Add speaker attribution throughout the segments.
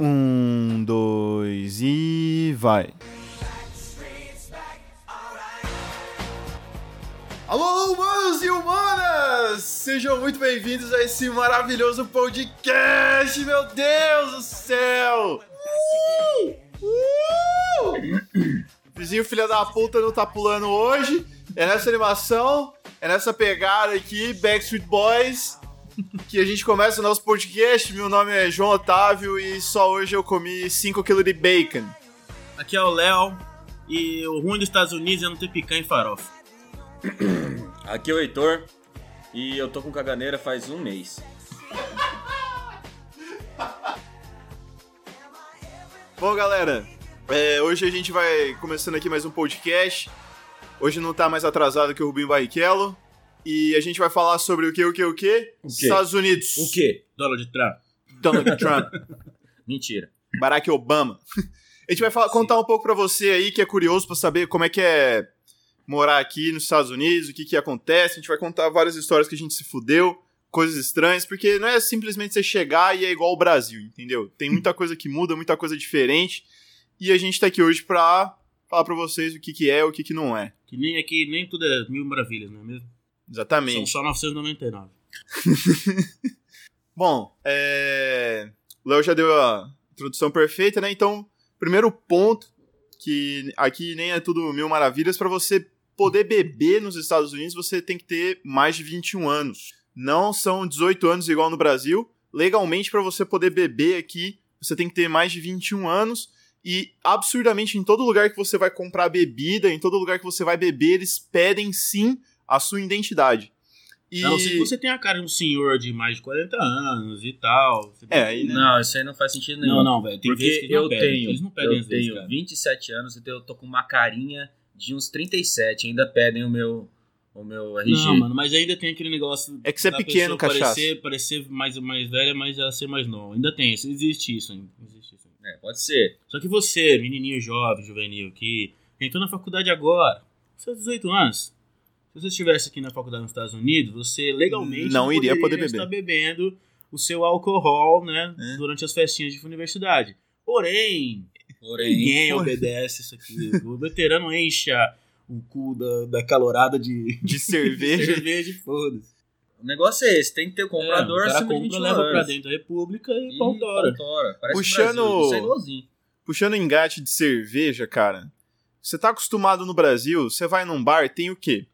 Speaker 1: Um, dois e vai. Alô, alô, humanos e humanas! Sejam muito bem-vindos a esse maravilhoso podcast, meu Deus do céu! Uh! Uh! Vizinho filha da puta não tá pulando hoje. É nessa animação, é nessa pegada aqui, Backstreet Boys, que a gente começa o nosso podcast. Meu nome é João Otávio e só hoje eu comi 5kg de bacon.
Speaker 2: Aqui é o Léo e o ruim dos Estados Unidos é não ter picanha e farofa.
Speaker 3: Aqui é o Heitor e eu tô com caganeira faz um mês.
Speaker 1: Bom, galera, é, hoje a gente vai começando aqui mais um podcast. Hoje não tá mais atrasado que o Rubinho Barrichello. E a gente vai falar sobre o que, o que, o que?
Speaker 3: quê?
Speaker 1: Estados Unidos.
Speaker 3: O quê?
Speaker 2: Donald Trump.
Speaker 1: Donald Trump.
Speaker 3: Mentira.
Speaker 1: Barack Obama. A gente vai falar- contar um pouco pra você aí que é curioso pra saber como é que é morar aqui nos Estados Unidos, o que que acontece. A gente vai contar várias histórias que a gente se fudeu, coisas estranhas, porque não é simplesmente você chegar e é igual o Brasil, entendeu? Tem muita coisa que muda, muita coisa diferente. E a gente tá aqui hoje pra falar pra vocês o que que é, o que que não é.
Speaker 2: Que nem aqui, nem tudo é mil maravilhas, não é mesmo? São
Speaker 1: Exatamente.
Speaker 2: só 999.
Speaker 1: Bom, é... o Léo já deu a introdução perfeita, né? Então, primeiro ponto, que aqui nem é tudo mil maravilhas, pra você poder beber nos Estados Unidos, você tem que ter mais de 21 anos. Não são 18 anos igual no Brasil. Legalmente, pra você poder beber aqui, você tem que ter mais de 21 anos. E absurdamente, em todo lugar que você vai comprar bebida, em todo lugar que você vai beber, eles pedem sim a sua identidade. E...
Speaker 2: A não ser que você tenha a cara de um senhor de mais de 40 anos e tal. Você
Speaker 1: É,
Speaker 2: tem-
Speaker 1: aí, né?
Speaker 3: Não, isso aí não faz sentido nenhum.
Speaker 2: Não, não, velho. Tem vezes
Speaker 3: Porque
Speaker 2: que eles não
Speaker 3: eu
Speaker 2: pedem.
Speaker 3: tenho,
Speaker 2: Eles não pedem
Speaker 3: eu
Speaker 2: às vezes,
Speaker 3: tenho
Speaker 2: cara.
Speaker 3: 27 anos, então eu tô com uma carinha de uns 37, ainda pedem o meu, o meu RG.
Speaker 2: Não, mano, mas ainda tem aquele negócio.
Speaker 1: É que você é
Speaker 2: da
Speaker 1: pequeno,
Speaker 2: pessoa
Speaker 1: cachaça.
Speaker 2: Parecer, parecer mais, mais velha, mas ela ser mais nova. Ainda tem, isso- existe isso ainda. Existe isso ainda.
Speaker 3: É, pode ser.
Speaker 2: Só que você, menininho jovem, juvenil, que entrou na faculdade agora, com seus 18 anos, se você estivesse aqui na faculdade nos Estados Unidos, você legalmente
Speaker 1: Não iria poder
Speaker 2: poderia
Speaker 1: beber.
Speaker 2: estar bebendo o seu alcohol, né,
Speaker 1: É.
Speaker 2: durante as festinhas de universidade. Porém,
Speaker 3: Porém,
Speaker 2: ninguém
Speaker 1: Porém.
Speaker 2: obedece isso aqui. O veterano enche a- o cu da, da calorada de
Speaker 1: De cerveja.
Speaker 2: cerveja e foda-se.
Speaker 3: o negócio é esse, tem que ter o comprador
Speaker 2: É, o cara
Speaker 3: acima de
Speaker 2: compra,
Speaker 3: 21
Speaker 2: leva pra
Speaker 3: anos.
Speaker 2: dentro da República e,
Speaker 3: Ih,
Speaker 2: e pautora.
Speaker 3: Pautora. Parece
Speaker 1: Puxando-
Speaker 3: o Brasil, isso é igualzinho.
Speaker 1: puxando engate de cerveja, cara, você tá acostumado no Brasil, você vai num bar, tem o quê?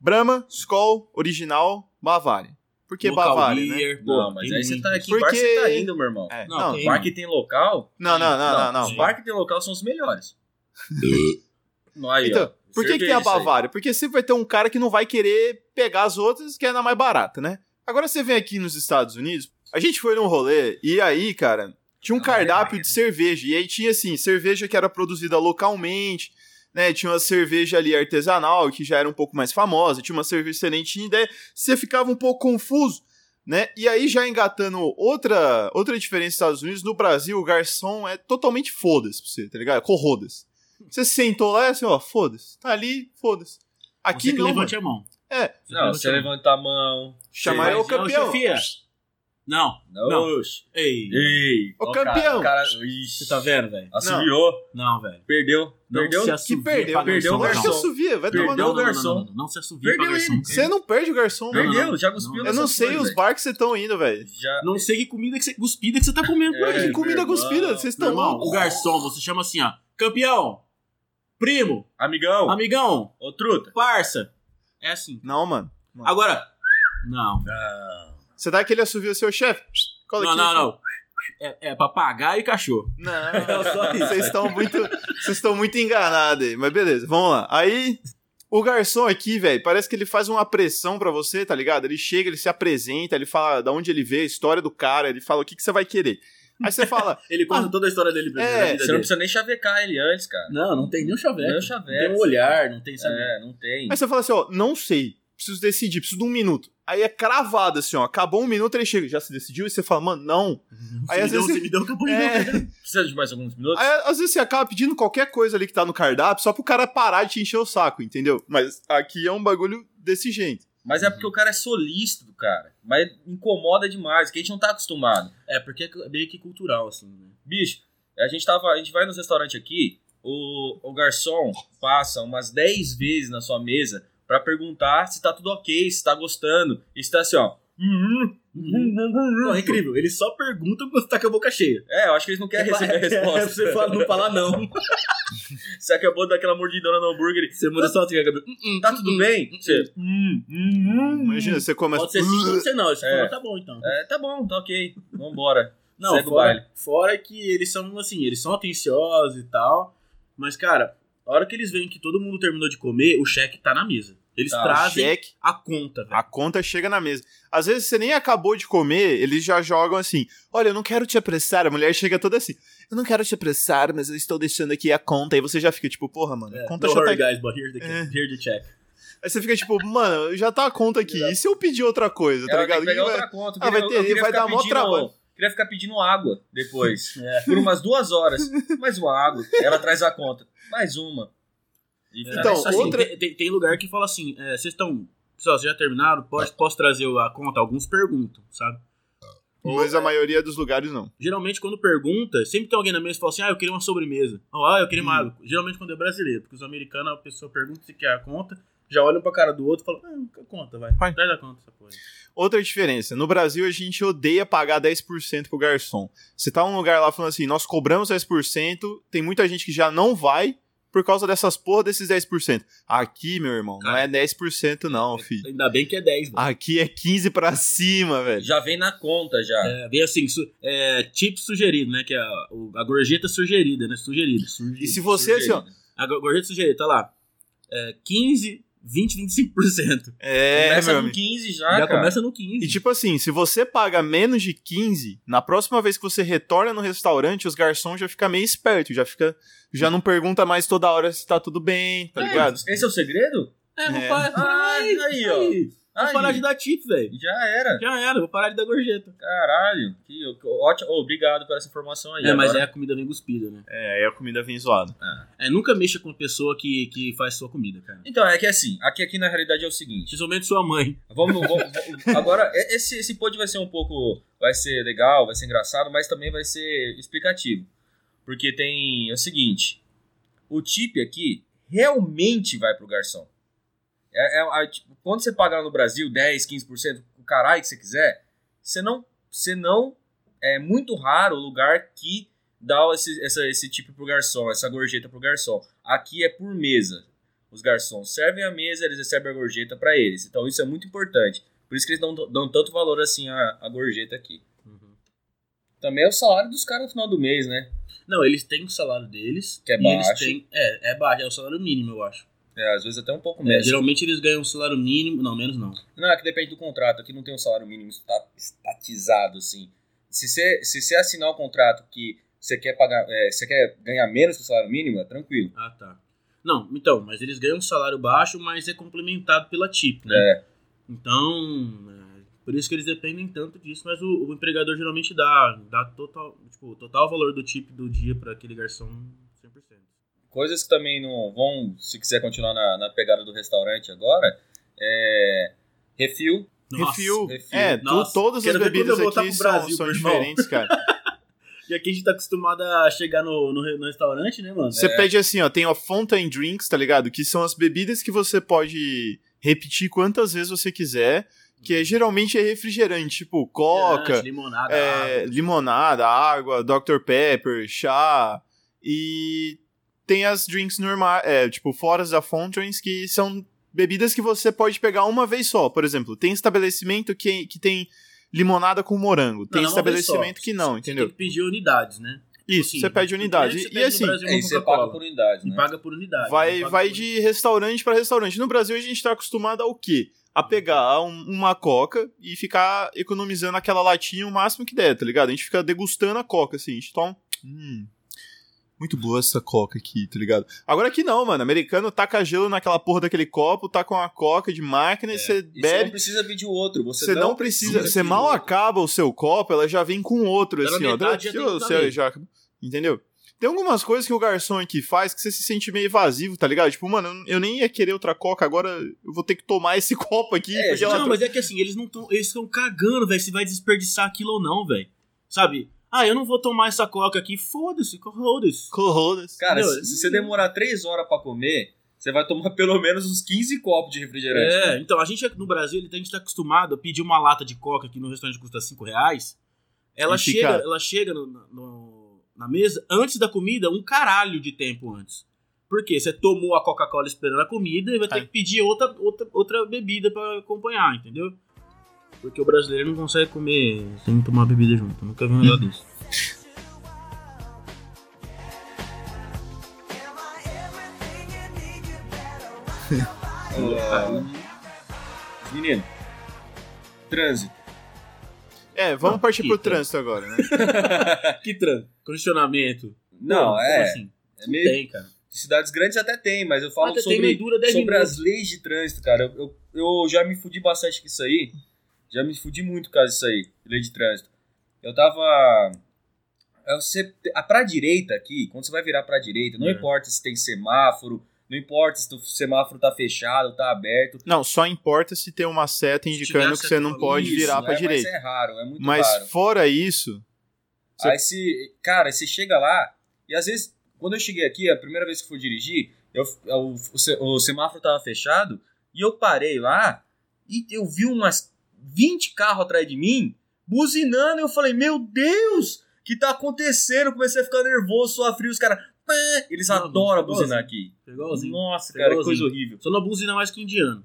Speaker 1: Brahma, Skol, Original, Bavária. Por que
Speaker 2: Local
Speaker 1: Bavária, né?
Speaker 2: beer, pô,
Speaker 3: Não, mas
Speaker 2: tem
Speaker 3: aí você
Speaker 2: muito.
Speaker 3: tá aqui,
Speaker 1: Porque-
Speaker 3: bar você tá indo, meu irmão.
Speaker 1: É,
Speaker 2: Não,
Speaker 1: não,
Speaker 2: tem-
Speaker 3: Bar que tem local,
Speaker 1: não, não, não, não,
Speaker 3: Os
Speaker 1: não.
Speaker 3: bar que tem local são os melhores. Não, aí,
Speaker 1: Então,
Speaker 3: ó.
Speaker 1: Por que, que tem a
Speaker 3: Cerveja, isso aí.
Speaker 1: Bavária? Porque sempre vai ter um cara que não vai querer pegar as outras, que é na mais barata, né? Agora você vem aqui nos Estados Unidos, a gente foi num rolê, e aí, cara, tinha um
Speaker 3: Ah,
Speaker 1: cardápio
Speaker 3: é.
Speaker 1: de cerveja. E aí tinha, assim, cerveja que era produzida localmente, né? Tinha uma cerveja ali artesanal, que já era um pouco mais famosa, tinha uma cerveja excelente, daí você ficava um pouco confuso, né? E aí, já engatando outra, outra diferença dos Estados Unidos, no Brasil, o garçom é totalmente foda-se pra você, tá ligado? Corrodas. Você sentou lá e assim, ó, foda-se. Tá ali, foda-se. Aqui
Speaker 2: Você que
Speaker 1: não, mano.
Speaker 2: levante a mão.
Speaker 1: É.
Speaker 2: Você
Speaker 3: Não,
Speaker 2: que
Speaker 3: você
Speaker 2: levante
Speaker 3: levanta a mão.
Speaker 1: Chamar é o
Speaker 2: Mas não,
Speaker 1: campeão.
Speaker 2: chefia. a mão.
Speaker 3: Não.
Speaker 2: Não. Ei,
Speaker 3: Ei.
Speaker 1: Ô,
Speaker 3: ó, cara,
Speaker 1: campeão.
Speaker 3: o cara, ixi,
Speaker 2: você tá vendo, velho?
Speaker 3: Assobiou.
Speaker 2: Não, velho.
Speaker 3: Perdeu.
Speaker 2: Não
Speaker 3: perdeu.
Speaker 2: se
Speaker 1: Que
Speaker 2: assovia
Speaker 1: perdeu,
Speaker 2: pra
Speaker 1: perdeu
Speaker 2: garçom,
Speaker 1: o garçom.
Speaker 2: não.
Speaker 1: Assovia, vai tomar
Speaker 2: Não,
Speaker 3: Perdeu
Speaker 1: no-
Speaker 2: não,
Speaker 3: o
Speaker 2: não,
Speaker 3: garçom.
Speaker 2: não, não, não, não se assovia pra
Speaker 3: Perdeu ele.
Speaker 2: garçom.
Speaker 1: Você não perde o garçom,
Speaker 2: Não,
Speaker 1: mano.
Speaker 3: Perdeu.
Speaker 2: não, não.
Speaker 3: Já cuspiu
Speaker 2: Não.
Speaker 1: Eu não
Speaker 3: nessas
Speaker 1: sei
Speaker 3: coisas,
Speaker 1: os bar que vocês estão indo, velho.
Speaker 3: velho. Já.
Speaker 2: Não sei que comida que você. Cuspida que você tá comendo por
Speaker 3: É,
Speaker 2: aí.
Speaker 1: Que comida
Speaker 3: irmão.
Speaker 1: cuspida, vocês
Speaker 2: Meu
Speaker 1: estão
Speaker 2: irmão,
Speaker 1: loucos.
Speaker 2: o garçom, você chama assim, ó. Campeão! Primo!
Speaker 3: Amigão.
Speaker 2: Amigão!
Speaker 3: Ô, truta.
Speaker 2: Parça! É assim.
Speaker 1: Não, mano.
Speaker 2: Agora. Não.
Speaker 3: Não.
Speaker 1: Você tá dá aquele assovio ao seu chefe. pss, cola
Speaker 2: Não,
Speaker 1: aqui,
Speaker 2: não,
Speaker 1: assim.
Speaker 2: não. É, é papagaio e cachorro.
Speaker 1: Não,
Speaker 2: só isso.
Speaker 1: vocês estão muito, vocês estão muito enganados aí, mas beleza, vamos lá. Aí, o garçom aqui, velho, parece que ele faz uma pressão pra você, tá ligado? Ele chega, ele se apresenta, ele fala da onde ele veio, a história do cara, ele fala o que, que você vai querer. Aí você fala,
Speaker 2: Ele conta toda a história dele pra
Speaker 1: É,
Speaker 2: da vida
Speaker 3: Você não
Speaker 2: dele.
Speaker 3: precisa nem chavecar ele antes, cara.
Speaker 2: Não, não tem nem o chaveco.
Speaker 3: Não é o
Speaker 2: Não
Speaker 3: chaveco.
Speaker 2: tem um olhar, não tem saber.
Speaker 3: É, não tem.
Speaker 1: aí você fala assim, ó, não sei, preciso decidir, preciso de um minuto. Aí é cravado assim, ó, acabou um minuto, ele chega, já se decidiu? E você fala, mano, não. Aí, às
Speaker 2: Você me deu-
Speaker 1: vezes-
Speaker 2: você me deu um capô
Speaker 1: É.
Speaker 2: de novo.
Speaker 3: Precisa de mais alguns minutos?
Speaker 1: Aí, às vezes você acaba pedindo qualquer coisa ali que tá no cardápio só pro cara parar de te encher o saco, entendeu? Mas aqui é um bagulho desse jeito.
Speaker 3: Mas é porque o cara é solícito, cara. Mas incomoda demais, que a gente não tá acostumado.
Speaker 2: É, porque é meio que cultural, assim, né?
Speaker 3: Bicho, a gente tava. A gente vai nos restaurante aqui, o, o garçom passa umas 10 vezes na sua mesa pra perguntar se tá tudo ok, se tá gostando. E se tá assim, ó. né?
Speaker 4: Não, é incrível. Ele só pergunta quando tá com a boca cheia.
Speaker 3: É, eu acho que eles não querem receber a resposta.
Speaker 4: você fala, não falar não.
Speaker 3: Você acabou daquela mordidona no hambúrguer. ele,
Speaker 4: Você muda só assim a trilha, Gabriel.
Speaker 3: Tá tudo
Speaker 2: Uhum.
Speaker 3: bem? Você, "Hum,
Speaker 1: Imagina, você começa.
Speaker 4: Pode ser sim, pode ser não. Ele
Speaker 3: É.
Speaker 4: fala, tá bom então.
Speaker 3: é, tá bom, tá ok. Vambora.
Speaker 4: Não,
Speaker 3: Segue o baile.
Speaker 4: fora, fora que eles são assim, eles são atenciosos e tal. Mas, cara, a hora que eles veem que todo mundo terminou de comer, o cheque tá na mesa. Eles
Speaker 3: Tá, o
Speaker 4: trazem
Speaker 1: cheque,
Speaker 4: a conta, velho.
Speaker 1: a conta chega na mesa. Às vezes você nem acabou de comer, eles já jogam assim: Olha, eu não quero te apressar. A mulher chega toda assim: Eu não quero te apressar, mas eu estou deixando aqui a conta. Aí você já fica tipo: Porra, mano, a
Speaker 4: É,
Speaker 1: conta
Speaker 4: no
Speaker 1: já tá
Speaker 4: hurry,
Speaker 1: aqui.
Speaker 4: guys, but here's the, here's the check.
Speaker 1: Aí você fica tipo: Mano, já tá a conta aqui. E se eu pedir outra coisa, tá
Speaker 3: Ela tem
Speaker 1: ligado?
Speaker 3: que pegar
Speaker 1: Quem vai-
Speaker 3: outra conta.
Speaker 1: Ah,
Speaker 3: queria-
Speaker 1: vai ter-
Speaker 3: eu queria
Speaker 1: vai
Speaker 3: ficar
Speaker 1: dar mó
Speaker 3: pedindo-
Speaker 1: trabalho.
Speaker 3: Queria ficar pedindo água depois. né? Por umas duas horas. Mais uma água. Ela traz a conta. Mais uma. E fica
Speaker 1: Então,
Speaker 3: nessa-
Speaker 1: Assim, outra-
Speaker 2: tem, tem- tem lugar que fala assim, é, vocês estão... Pessoal, vocês já terminaram? Pode, posso trazer a conta? Alguns perguntam, sabe?
Speaker 1: Mas
Speaker 3: né?
Speaker 1: a maioria dos lugares não.
Speaker 2: Geralmente, quando pergunta, sempre tem alguém na mesa que fala assim, ah, eu queria uma sobremesa. Ou, ah, eu queria uma água. Geralmente, quando é brasileiro, porque os americanos, a pessoa pergunta se quer a conta, já olham pra cara do outro e falam, ah, conta, vai.
Speaker 1: Vai.
Speaker 2: Traz a conta, essa coisa.
Speaker 1: Outra diferença, no Brasil a gente odeia pagar 10% pro garçom. Você tá num lugar lá falando assim, nós cobramos 10%, tem muita gente que já não vai por causa dessas porra desses 10%. Aqui, meu irmão, não é 10% não, filho.
Speaker 2: Ainda bem que é 10, mano.
Speaker 1: Aqui é 15 pra cima, velho.
Speaker 3: Já vem na conta já.
Speaker 2: É, vem assim, su é, tipo sugerido, né? Que é a, o- a gorjeta sugerida, né? Sugerida.
Speaker 1: E se você, assim, ó,
Speaker 2: A go- gorjeta sugerida, tá lá. É, 15, 20, 25%.
Speaker 1: é,
Speaker 3: começa
Speaker 1: meu
Speaker 3: com
Speaker 1: amigo.
Speaker 3: 15 já,
Speaker 2: já
Speaker 3: Ah, cara.
Speaker 2: começa no
Speaker 1: E
Speaker 2: 15.
Speaker 1: tipo assim, se você paga menos de 15, na próxima vez que você retorna no restaurante, os garçons já ficam meio espertos, já fica, já não pergunta mais toda hora se tá tudo bem, tá ligado?
Speaker 3: Esse é o segredo?
Speaker 2: É,
Speaker 1: É.
Speaker 2: parar,
Speaker 3: Ah,
Speaker 2: aí,
Speaker 3: aí, ó.
Speaker 2: aí.
Speaker 3: Ai,
Speaker 2: Vou parar de dar tip, velho.
Speaker 3: Já era.
Speaker 2: Já era, vou parar de dar gorjeta.
Speaker 3: Caralho. Que, que ótimo. Ô, obrigado por essa informação aí.
Speaker 2: É, mas
Speaker 3: Agora-
Speaker 2: é a comida bem cuspida, né?
Speaker 1: É, aí a comida vem zoada.
Speaker 2: É, nunca mexa com a pessoa que, que faz sua comida, cara.
Speaker 3: Então, é que assim, aqui, aqui na realidade é o seguinte.
Speaker 2: Principalmente sua mãe.
Speaker 3: Vamos, vamos- vamos- agora, e- esse, esse pod vai ser um pouco. Vai ser legal, vai ser engraçado, mas também vai ser explicativo. Porque tem é o seguinte: o tip aqui realmente vai pro garçom. É, é- é, tipo, quando você pagar no Brasil 10, 15%, o caralho que você quiser, você não. Você não. É muito raro o lugar que dá esse, essa, esse tipo pro garçom, essa gorjeta pro garçom. Aqui é por mesa. Os garçons servem a mesa, eles recebem a gorjeta pra eles. Então isso é muito importante. Por isso que eles dão, dão tanto valor assim à, à gorjeta aqui. Também é o salário dos caras no final do mês, né?
Speaker 2: Não, eles têm o salário deles.
Speaker 3: Que é
Speaker 2: e
Speaker 3: baixo.
Speaker 2: Eles têm, é, é baixo, é o salário mínimo, eu acho.
Speaker 3: É, às vezes até um pouco
Speaker 2: É,
Speaker 3: menos.
Speaker 2: geralmente eles ganham o salário mínimo. Não, menos não.
Speaker 3: Não, é que depende do contrato. Aqui não tem um salário mínimo esta- estatizado, assim. Se você, se você assinar o contrato que você quer pagar, é, você quer ganhar menos que o salário mínimo, é tranquilo.
Speaker 2: Ah, tá. Não, então, mas eles ganham um salário baixo, mas é complementado pela TIP, né?
Speaker 3: É.
Speaker 2: Então, é, por isso que eles dependem tanto disso, mas o, o empregador geralmente dá, dá total, tipo, total valor do TIP do dia pra aquele garçom 100%.
Speaker 3: Coisas que também não vão, se quiser continuar na, na pegada do restaurante agora, é. Refil,
Speaker 2: Nossa,
Speaker 1: refil.
Speaker 3: refil.
Speaker 1: É, tu-
Speaker 2: Nossa,
Speaker 1: todas as
Speaker 2: quero ver
Speaker 1: bebidas
Speaker 2: quando eu voltar
Speaker 1: aqui
Speaker 2: pro
Speaker 1: são-
Speaker 2: Brasil,
Speaker 1: são,
Speaker 2: meu irmão.
Speaker 1: diferentes, cara.
Speaker 2: E aqui a gente tá acostumado a chegar no, no, re- no restaurante, né, mano?
Speaker 1: Você pede assim, ó, tem a Fountain Drinks, tá ligado? Que são as bebidas que você pode repetir quantas vezes você quiser, que
Speaker 2: Uhum.
Speaker 1: é, geralmente é refrigerante, tipo coca,
Speaker 2: Refrigerante, limonada,
Speaker 1: é,
Speaker 2: água.
Speaker 1: limonada, água, Dr. Pepper, chá e tem as drinks normais, é, tipo fora da Fountains que são bebidas que você pode pegar uma vez só, por exemplo. Tem estabelecimento que, que tem limonada com morango, tem
Speaker 2: não é uma vez só.
Speaker 1: estabelecimento que não, entendeu?
Speaker 2: Tem que pedir unidades, né?
Speaker 1: Isso,
Speaker 2: Assim,
Speaker 1: você pede
Speaker 2: o que
Speaker 1: unidade.
Speaker 2: você
Speaker 1: e
Speaker 2: pede no
Speaker 1: assim,
Speaker 2: Brasil é
Speaker 3: é,
Speaker 2: uma
Speaker 3: e você
Speaker 2: Coca-Cola.
Speaker 3: paga por unidade,
Speaker 2: E
Speaker 3: né?
Speaker 2: paga por unidade.
Speaker 1: vai,
Speaker 2: não paga
Speaker 1: vai
Speaker 2: por-
Speaker 1: de restaurante pra restaurante. No Brasil, a gente tá acostumado ao quê? A pegar um- uma coca e ficar economizando aquela latinha o máximo que der, tá ligado? A gente fica degustando a coca, assim. A gente toma. Hum. Muito boa essa coca aqui, tá ligado? Agora que não, mano. Americano taca gelo naquela porra daquele copo, taca uma coca de máquina e você
Speaker 3: E você não
Speaker 1: bebe.
Speaker 3: precisa pedir o outro. Você,
Speaker 1: Você não precisa.
Speaker 3: precisa.
Speaker 2: precisa
Speaker 1: Você
Speaker 2: de
Speaker 1: mal
Speaker 2: outro.
Speaker 1: acaba o seu copo, ela já vem com outro,
Speaker 2: Pela
Speaker 1: assim, ó.
Speaker 2: metade já tem que tá
Speaker 1: Você
Speaker 2: ali.
Speaker 1: já- Entendeu? Tem algumas coisas que o garçom aqui faz que você se sente meio evasivo, tá ligado? Tipo, mano, eu- eu nem ia querer outra coca, agora eu vou ter que tomar esse copo aqui.
Speaker 3: É,
Speaker 1: porque
Speaker 3: gente,
Speaker 1: ela
Speaker 2: Não, mas é que assim, eles não estão. Eles estão cagando, velho, se vai desperdiçar aquilo ou não, velho. Sabe? Ah, eu não vou tomar essa coca aqui. Foda-se, foda-se.
Speaker 1: Coronas.
Speaker 3: Cara,
Speaker 2: Não,
Speaker 3: se, se você demorar 3 horas pra comer, você vai tomar pelo menos uns 15 copos de refrigerante.
Speaker 2: É, então, a gente aqui no Brasil, ele- a gente tá acostumado a pedir uma lata de coca que no restaurante custa 5 reais. Ela
Speaker 1: E
Speaker 2: chega,
Speaker 1: fica-
Speaker 2: ela chega no- no- na mesa, antes da comida, um caralho de tempo antes. Por quê? Você tomou a Coca-Cola esperando a comida e vai ter
Speaker 1: É.
Speaker 2: que pedir outra, outra, outra bebida pra acompanhar, entendeu? Porque o brasileiro não consegue comer sem tomar bebida junto. Nunca vi um negócio disso.
Speaker 3: Ah, Menino, trânsito.
Speaker 1: É, vamos
Speaker 2: Não,
Speaker 1: partir pro
Speaker 2: fica.
Speaker 1: trânsito agora, né?
Speaker 2: Que trânsito? Condicionamento.
Speaker 3: Não,
Speaker 2: Como
Speaker 3: é.
Speaker 2: assim?
Speaker 3: é meio-
Speaker 2: Tem, cara.
Speaker 3: cidades grandes até tem, mas eu falo
Speaker 2: Até tem,
Speaker 3: sobre,
Speaker 2: mas dura 10
Speaker 3: sobre
Speaker 2: minutos.
Speaker 3: as leis de trânsito, cara. Eu, eu, eu já me fudi bastante com isso aí. Já me fudi muito com isso aí, lei de trânsito. Eu tava. é, Você, a pra direita aqui, quando você vai virar pra direita, não
Speaker 2: É.
Speaker 3: importa se tem semáforo, não importa se o semáforo tá fechado, tá aberto.
Speaker 1: Não, só importa se tem uma seta
Speaker 2: tiver
Speaker 1: indicando que
Speaker 2: seta
Speaker 1: você não
Speaker 2: falando
Speaker 1: pode
Speaker 3: Isso,
Speaker 1: virar
Speaker 3: né?
Speaker 1: pra direita.
Speaker 3: Mas é raro, é muito
Speaker 1: Mas
Speaker 3: raro.
Speaker 1: fora isso, Você-
Speaker 3: Aí se, cara, você chega lá e às vezes, quando eu cheguei aqui, a primeira vez que fui dirigir, eu, eu- o, se- o semáforo tava fechado e eu parei lá e eu vi umas 20 carros atrás de mim buzinando. E eu falei, meu Deus, o que tá acontecendo? Eu Comecei a ficar nervoso, suar frio, os caras. "Pã". Eles
Speaker 2: Não,
Speaker 3: adoram
Speaker 2: gostoso.
Speaker 3: buzinar aqui.
Speaker 2: Igualzinho.
Speaker 3: Nossa, cara, que
Speaker 2: Igualzinho.
Speaker 3: coisa horrível.
Speaker 2: Só não buzina mais que indiano.